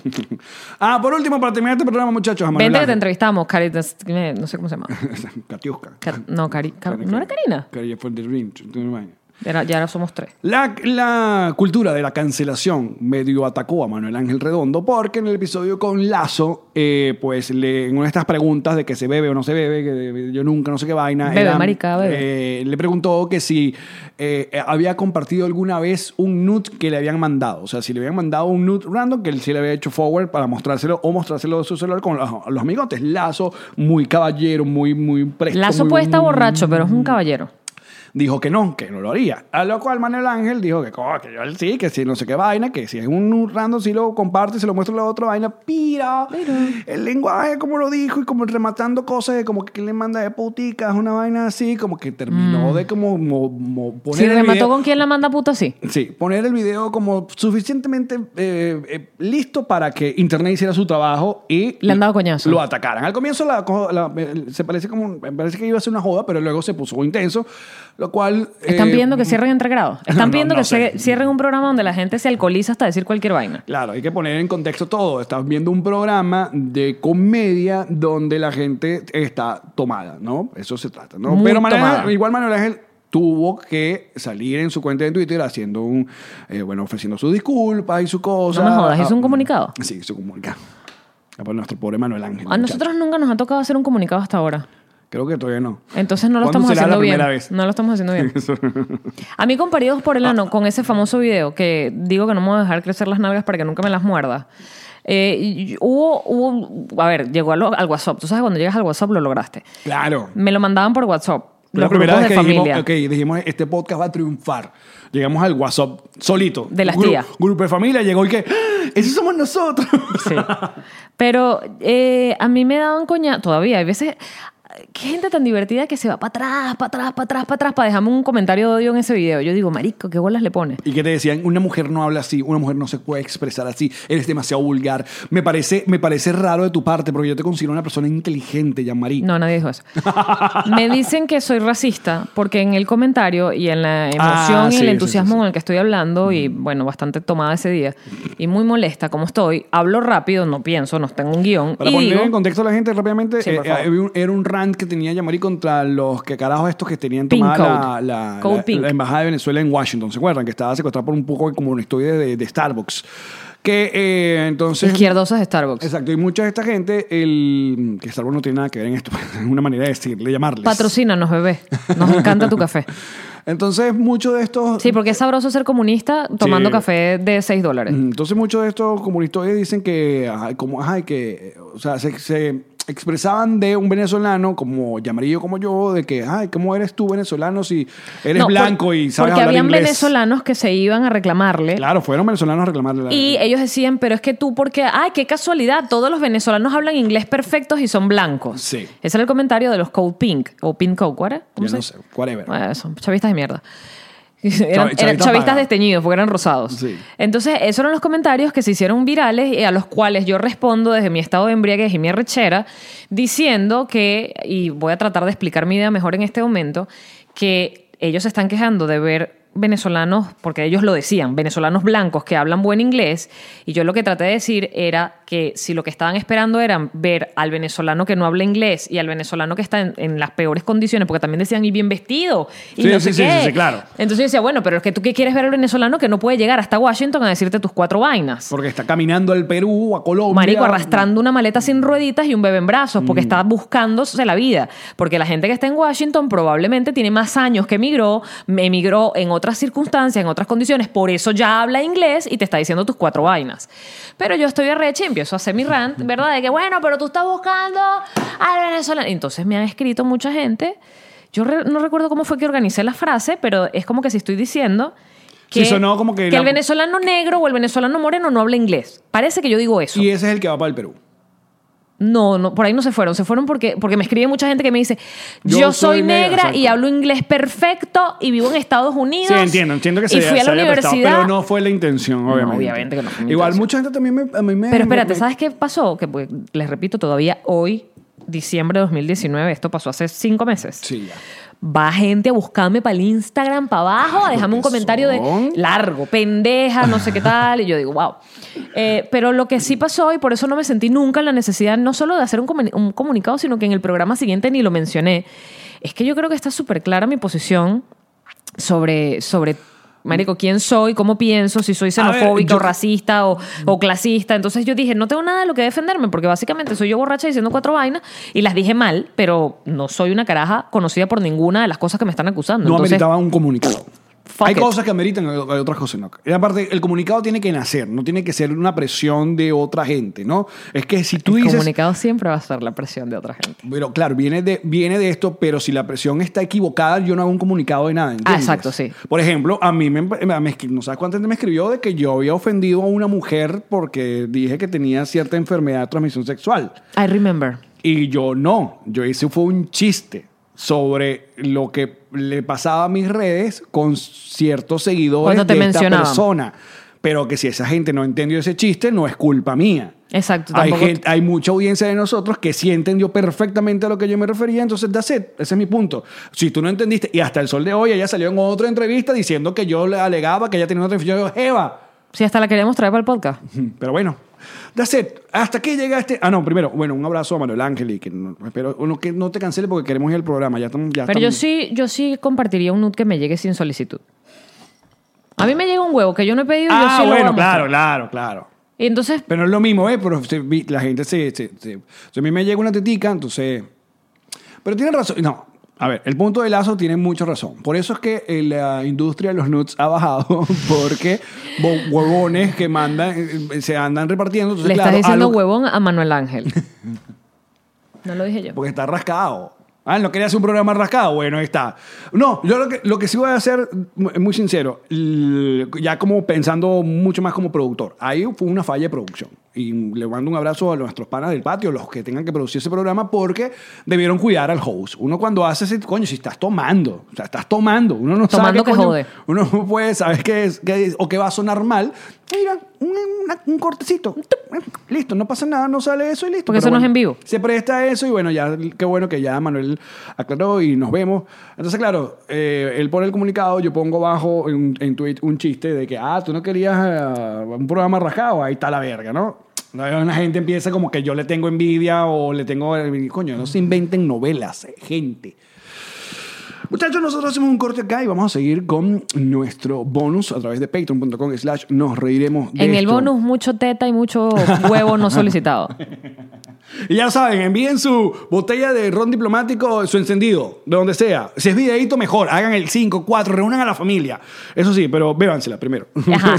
S1: ah, por último, para terminar este programa, muchachos. a Manuel
S2: Vente que te
S1: Ángel.
S2: entrevistamos, Cari... No sé cómo se llama.
S1: [LAUGHS] Katiuska.
S2: Car- No, Cari... Car- ¿No era Karina?
S1: Karina fue de Grinch, tú no imaginas.
S2: Era- ya ahora somos tres.
S1: La, la cultura de la cancelación medio atacó a Manuel Ángel Redondo porque en el episodio con Lazo, eh, pues le- en una de estas preguntas de que se bebe o no se bebe, que yo nunca, no sé qué vaina.
S2: Bebe, marica, bebe.
S1: eh, le preguntó que si eh, había compartido alguna vez un nude que le habían mandado. O sea, si le habían mandado un nude random que él sí le había hecho forward para mostrárselo o mostrárselo de su celular con los, los amigotes. Lazo, muy caballero, muy, muy presto.
S2: Lazo
S1: muy-
S2: puede estar borracho, pero es un caballero.
S1: dijo que no, que no lo haría. A lo cual Manuel Ángel dijo que, "Oh, que yo sí, que si no sé qué vaina, que si es un random, si lo comparte, se lo muestra a la otra vaina, pira. El lenguaje, como lo dijo, y como rematando cosas de como que le manda de puticas, una vaina así, como que terminó de como mo- mo- poner Eh,
S2: Si
S1: el
S2: remató
S1: video-
S2: con quién la manda puta, sí.
S1: Sí, poner el video como suficientemente eh, eh, listo para que Internet hiciera su trabajo y
S2: Le han dado coñazo.
S1: lo atacaran. Al comienzo la, co- la- eh, se parece como un- me parece que iba a ser una joda, pero luego se puso intenso, lo cual
S2: Están
S1: eh,
S2: pidiendo que
S1: [LAUGHS]
S2: cierren entregrados.
S1: no,
S2: Están pidiendo
S1: no
S2: que
S1: sé.
S2: se- cierren un programa donde la gente se alcoholiza hasta decir cualquier vaina.
S1: Claro, hay que poner en contexto todo. Estás viendo un programa de comedia donde la gente está tomada, ¿no? Eso se trata, ¿no?
S2: Muy
S1: Pero Manuel
S2: tomada.
S1: Ángel- igual Manuel Ángel tuvo que salir en su cuenta de Twitter haciendo un, eh, bueno, ofreciendo sus disculpas y su cosa.
S2: No me jodas, ¿hizo
S1: Ah,
S2: un comunicado?
S1: Sí, hizo un comunicado. Ah, por nuestro pobre Manuel Ángel.
S2: A nosotros nunca nos ha tocado hacer un comunicado hasta ahora.
S1: muchacho. Creo que todavía no. [LAUGHS]
S2: Entonces no lo
S1: ¿Cuándo
S2: estamos
S1: será
S2: haciendo
S1: la
S2: bien.
S1: primera vez? Ah.
S2: No lo estamos
S1: [LAUGHS]
S2: haciendo bien. A mí comparidos por el ano con ese famoso video que digo que no me voy a dejar crecer las nalgas para que nunca me las muerda. eh, y- y hubo, hubo, a ver, llegó a lo- al WhatsApp. Tú sabes cuando llegas al WhatsApp lo lograste.
S1: Claro.
S2: Me lo mandaban por WhatsApp.
S1: La
S2: Los
S1: primera
S2: grupos
S1: vez
S2: de
S1: que dijimos,
S2: familia.
S1: ok, dijimos, este podcast va a triunfar. Llegamos al WhatsApp solito.
S2: De las
S1: Gru-
S2: tías.
S1: Grupo de familia llegó y que, ¡Ah! esos somos nosotros. [LAUGHS]
S2: Sí. Pero eh, a mí me daban coña todavía. Hay veces. Qué gente tan divertida que se va para atrás, para atrás, para atrás, para atrás, para dejarme un comentario de odio en ese video. Yo digo, marico, qué bolas le pone.
S1: Y que te decían, una mujer no habla así, una mujer no se puede expresar así, eres demasiado vulgar. Me parece, me parece raro de tu parte, porque yo te considero una persona inteligente, Jean-Marie.
S2: No, nadie
S1: [LAUGHS]
S2: dijo eso. Me dicen que soy racista porque en el comentario y en la emoción
S1: Ah,
S2: y
S1: sí,
S2: el
S1: sí, sí,
S2: entusiasmo
S1: Mm. sí.
S2: con el que estoy hablando y bueno, bastante tomada ese día y muy molesta como estoy, hablo rápido, no pienso, no tengo un guión
S1: Para
S2: y
S1: poner
S2: digo,
S1: en contexto a la gente rápidamente,
S2: Sí, por
S1: eh,
S2: favor.
S1: había un- era un rant que tenía Yamari contra los que carajos estos que tenían
S2: Pink
S1: tomada la,
S2: Code.
S1: la-
S2: Code
S1: la-
S2: Pink.
S1: la embajada de Venezuela en Washington, ¿se acuerdan? Que estaba secuestrada por un poco como un estudio de, de Starbucks. Que eh, entonces...
S2: izquierdosos de Starbucks.
S1: Exacto, y mucha de esta gente, el, que Starbucks no tiene nada que ver en esto, [LAUGHS] es una manera de decirle, llamarles.
S2: Patrocínanos, bebé. Nos encanta
S1: [LAUGHS]
S2: tu café.
S1: Entonces, muchos de estos...
S2: Sí, porque es sabroso ser comunista tomando
S1: Sí. Mm.
S2: café de 6 dólares.
S1: Ujú, Entonces muchos de estos comunistas dicen que, ajá, como, ajá, que, eh, o sea, se, se expresaban de un venezolano como llamarillo como yo, de que, ay, ¿cómo eres tú venezolano si eres
S2: No, por-
S1: blanco y sabes
S2: Porque
S1: hablar
S2: habían
S1: inglés?
S2: venezolanos que se iban a reclamarle.
S1: Claro, fueron venezolanos a reclamarle. la-
S2: Y ellos decían, pero es que tú, porque, ay, qué casualidad, todos los venezolanos hablan inglés perfectos y son blancos.
S1: Sí.
S2: Ese era el comentario de los Code Pink, o Pink Code, ¿cuál era? ¿Cómo
S1: Yo
S2: se
S1: no
S2: dice?
S1: sé, whatever.
S2: Bueno, son chavistas de mierda. [LAUGHS] Eran,
S1: chavistas
S2: eran chavistas
S1: pagados.
S2: desteñidos porque eran rosados.
S1: Sí.
S2: Entonces, esos eran los comentarios que se hicieron virales y a los cuales yo respondo desde mi estado de embriaguez y mi arrechera, diciendo que, y voy a tratar de explicar mi idea mejor en este momento, que ellos se están quejando de ver venezolanos, porque ellos lo decían, venezolanos blancos que hablan buen inglés, y yo lo que traté de decir era que si lo que estaban esperando eran ver al venezolano que no habla inglés y al venezolano que está en, en las peores condiciones, porque también decían, y bien vestido, y
S1: Sí,
S2: no
S1: sí,
S2: sé
S1: sí,
S2: qué.
S1: sí, sí, claro.
S2: Entonces yo decía, bueno, pero es que tú qué quieres ver al venezolano que no puede llegar hasta Washington a decirte tus cuatro vainas.
S1: Porque está caminando al Perú o a Colombia. Mm.
S2: Marico, arrastrando una maleta sin rueditas y un bebé en brazos, porque está buscándose la vida. Porque la gente que está en Washington probablemente tiene más años que emigró, emigró en otras circunstancias, en otras condiciones, por eso ya habla inglés y te está diciendo tus cuatro vainas. Pero yo estoy arrecha y empiezo a hacer
S1: [LAUGHS]
S2: mi rant, ¿verdad? De que, bueno, pero tú estás buscando al venezolano. Entonces me han escrito mucha gente. Yo re- no recuerdo cómo fue que organicé la frase, pero es como que si estoy diciendo que,
S1: Sí, sonó como que la-
S2: el venezolano negro o el venezolano moreno no habla inglés. Parece que yo digo eso.
S1: Y ese es el que va para el Perú.
S2: No, no, por ahí no se fueron. Se fueron porque, porque me escribe mucha gente que me dice,
S1: Yo
S2: yo,
S1: soy
S2: soy,
S1: negra",
S2: negra y
S1: exacto.
S2: hablo inglés perfecto y vivo en Estados Unidos.
S1: Sí, entiendo, entiendo que se,
S2: Y fui a
S1: se
S2: la
S1: haya prestado,
S2: universidad.
S1: pero no fue la intención, obviamente.
S2: obviamente que no fue mi
S1: Igual
S2: intención.
S1: mucha gente también me, a mí me...
S2: Pero espérate,
S1: me-
S2: ¿sabes qué pasó? Que pues, les repito, todavía hoy, diciembre de 2019, esto pasó hace cinco meses.
S1: Sí, ya.
S2: Va gente a buscarme para el Instagram, para abajo, a dejarme un comentario de
S1: son.
S2: largo, pendeja, no sé qué tal. Y yo digo, wow. Eh, pero lo que sí pasó, y por eso no me sentí nunca en la necesidad, no solo de hacer un, comuni- un comunicado, sino que en el programa siguiente ni lo mencioné, es que yo creo que está súper clara mi posición sobre. sobre Marico, ¿quién soy? ¿Cómo pienso? Si soy
S1: A ver,
S2: xenofóbica
S1: yo-
S2: o racista o, o clasista. Entonces yo dije, no tengo nada de lo que defenderme, porque básicamente soy yo borracha diciendo cuatro vainas y las dije mal, pero no soy una caraja conocida por ninguna de las cosas que me están acusando.
S1: No
S2: Entonces,
S1: ameritaba un comunicado.
S2: Fuck
S1: hay
S2: it.
S1: cosas que ameritan, hay hay otras cosas que no. Y aparte, el comunicado tiene que nacer, no tiene que ser una presión de otra gente, ¿no? Es que si tú
S2: el
S1: dices...
S2: comunicado siempre va a ser la presión de otra gente.
S1: Pero claro, viene de, viene de esto, pero si la presión está equivocada, yo no hago un comunicado de nada. ¿entiendes?
S2: Ah, exacto, sí.
S1: Por ejemplo, a mí me, me escri- no sabes cuánta gente me escribió de que yo había ofendido a una mujer porque dije que tenía cierta enfermedad de transmisión sexual.
S2: I remember.
S1: Y yo no, yo hice fue un chiste sobre lo que le pasaba a mis redes con ciertos seguidores
S2: Cuando te
S1: de esta
S2: mencionaban.
S1: persona. Pero que si esa gente no entendió ese chiste, no es culpa mía.
S2: Exacto,
S1: Hay,
S2: tampoco-
S1: gente- hay mucha audiencia de nosotros que sí entendió perfectamente a lo que yo me refería, entonces that's it. Ese es mi punto. Si tú no entendiste, y hasta el sol de hoy, ella salió en otra entrevista diciendo que yo le alegaba que ella tenía otra enfermedad. Yo, Eva,
S2: Sí, hasta la queríamos traer para el podcast.
S1: pero bueno, that's it. Hasta aquí llega este. Ah, no, primero, bueno, un abrazo a Manuel Ángel y que no, espero uno que no te cancele porque queremos ir al programa. Ya estamos. Ya
S2: Pero yo
S1: estamos-
S2: sí, yo sí compartiría un nude que me llegue sin solicitud. A mí me llega un huevo que yo no he pedido y yo
S1: Ah,
S2: sí lo voy a
S1: bueno,
S2: mostrar.
S1: claro, claro, claro.
S2: Y entonces,
S1: Pero no es lo mismo, ¿eh? Pero se- vi- la gente se, se- se- se- A mí me llega una tetica, entonces. Pero tienen razón. No. A ver, el punto de lazo tiene mucha razón. Por eso es que eh, la industria de los nuts ha bajado, [LAUGHS] porque bo- huevones que mandan, eh, se andan repartiendo. Entonces,
S2: le
S1: claro,
S2: estás diciendo
S1: algo-
S2: huevón a
S1: [LAUGHS]
S2: Manuel Ángel. no lo dije yo.
S1: Porque está rascado. Ah, no quería hacer un programa rascado. Bueno, ahí está. No, yo lo que, lo que sí voy a hacer, mu- muy sincero, l- ya como pensando mucho más como productor. Ahí fue una falla de producción. Y le mando un abrazo a nuestros panas del patio, los que tengan que producir ese programa, porque debieron cuidar al host. Uno cuando hace ese, coño, si estás tomando, o sea, estás tomando, uno no sabe.
S2: Tomando
S1: qué
S2: que
S1: coño-
S2: jode.
S1: Uno [LAUGHS] no puede saber qué es, qué es, o qué va a sonar mal. Mira, un, una- un cortecito. Listo, no pasa nada, no sale eso y listo.
S2: Porque
S1: Pero
S2: eso no es
S1: bueno,
S2: en vivo.
S1: se presta a eso y bueno, ya qué bueno que ya Manuel aclaró y nos vemos. Entonces, claro, eh, él pone el comunicado, yo pongo abajo en, en tweet un chiste de que, ah, tú no querías eh, un programa rascado, ahí está la verga, ¿no? La gente empieza como que yo le tengo envidia o le tengo... Coño, no se inventen novelas, eh, gente. Muchachos, nosotros hacemos un corte acá y vamos a seguir con nuestro bonus a través de patreon.com slash nos reiremos. de
S2: En el
S1: esto.
S2: bonus, mucho teta y mucho huevo
S1: [LAUGHS]
S2: no solicitado.
S1: Y ya saben, envíen su botella de ron diplomático, su encendido, de donde sea. Si es videíto, mejor. Hagan el 5, 4, reúnan a la familia. Eso sí, pero bébansela primero.
S2: Ajá.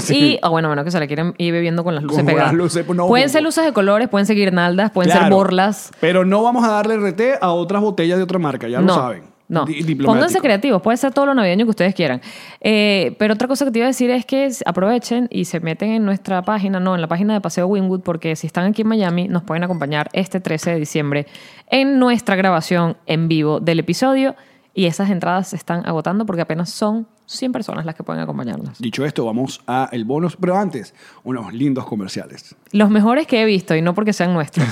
S1: [LAUGHS] Sí.
S2: Y, o bueno, bueno, que se la quieren ir bebiendo con las luces
S1: Con las
S2: pegadas.
S1: luces, pues no,
S2: pueden
S1: huevo.
S2: ser luces de colores, pueden ser guirnaldas, pueden ser
S1: Claro.
S2: borlas.
S1: Pero no vamos a darle RT a otras botellas de otra marca, ya lo
S2: no,
S1: saben.
S2: No.
S1: Di- diplomático.
S2: Pónganse creativos, puede ser todo lo navideño que ustedes quieran. Eh, pero otra cosa que te iba a decir es que s- aprovechen y se meten en nuestra página, no, en la página de Paseo Winwood, porque si están aquí en Miami, nos pueden acompañar este 13 de diciembre en nuestra grabación en vivo del episodio. Y esas entradas se están agotando porque apenas son 100 personas las que pueden acompañarnos.
S1: Dicho esto, vamos a el bonus, pero antes, unos lindos comerciales.
S2: Los
S1: [LAUGHS]
S2: mejores que he visto, y no porque sean nuestros.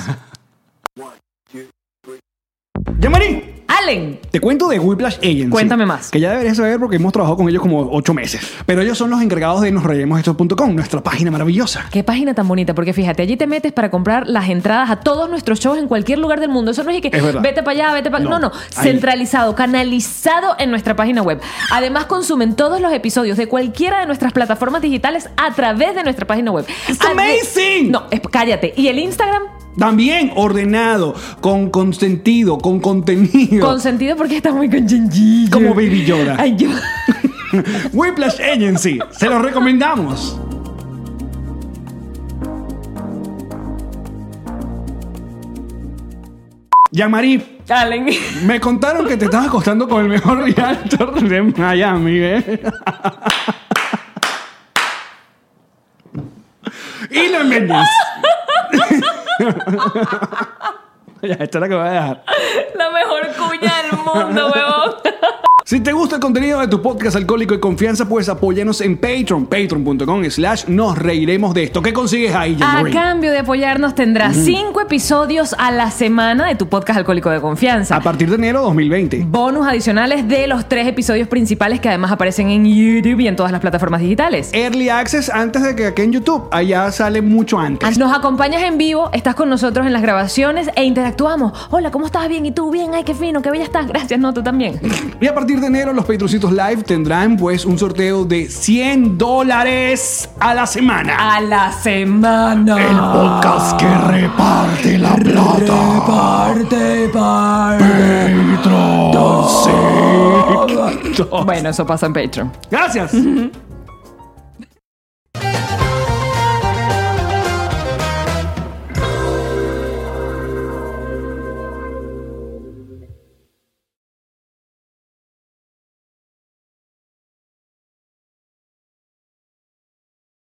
S1: ¡Yamari!
S2: salen.
S1: Te cuento de Whiplash Agency.
S2: Cuéntame más.
S1: Que ya deberías saber porque hemos trabajado con ellos como ocho meses. Pero ellos son los encargados de nosreyemosesto.com, nuestra página maravillosa.
S2: Qué página tan bonita, porque fíjate, allí te metes para comprar las entradas a todos nuestros shows en cualquier lugar del mundo. Eso no es que
S1: Es verdad.
S2: vete para allá, vete para acá.
S1: No,
S2: No, no,
S1: ahí.
S2: centralizado, canalizado en nuestra página web. Además, consumen todos los episodios de cualquiera de nuestras plataformas digitales a través de nuestra página web.
S1: It's
S2: Ade-
S1: amazing.
S2: No, es- cállate. ¿Y el Instagram?
S1: También ordenado, con, con sentido, con contenido.
S2: Con sentido porque está muy con chinchillo.
S1: Como Baby Yoda.
S2: Ay, yo. [LAUGHS]
S1: Whiplash Agency, se los recomendamos. Yamari,
S2: Allen. [LAUGHS]
S1: me contaron que te estabas acostando con el mejor realtor de Miami, ¿eh? Y lo engañas. [LAUGHS] ya, esta es la que voy a dejar.
S2: La mejor cuña del mundo, huevón.
S1: Si te gusta el contenido de tu podcast Alcohólico y Confianza, pues apóyanos en Patreon, patreon.com slash nos reiremos de esto. ¿Qué consigues ahí,
S2: A
S1: Jean-Marie?
S2: cambio de apoyarnos, tendrás cinco episodios a la semana de tu podcast Alcohólico de Confianza.
S1: A partir de enero de 2020.
S2: Bonus adicionales de los tres episodios principales que además aparecen en YouTube y en todas las plataformas digitales.
S1: Early Access antes de que aquí en YouTube. Allá sale mucho antes.
S2: Nos acompañas en vivo, estás con nosotros en las grabaciones e interactuamos. Hola, ¿cómo estás? Bien, ¿y tú? Bien, ay, qué fino, qué bella estás. Gracias, no, tú también.
S1: Y a partir de enero los Patroncitos Live tendrán pues un sorteo de 100 dólares a la semana.
S2: A la semana.
S1: El podcast que reparte la plata.
S2: Parte, parte.
S1: Patroncitos. [LAUGHS]
S2: Bueno, eso pasa en Patreon.
S1: Gracias.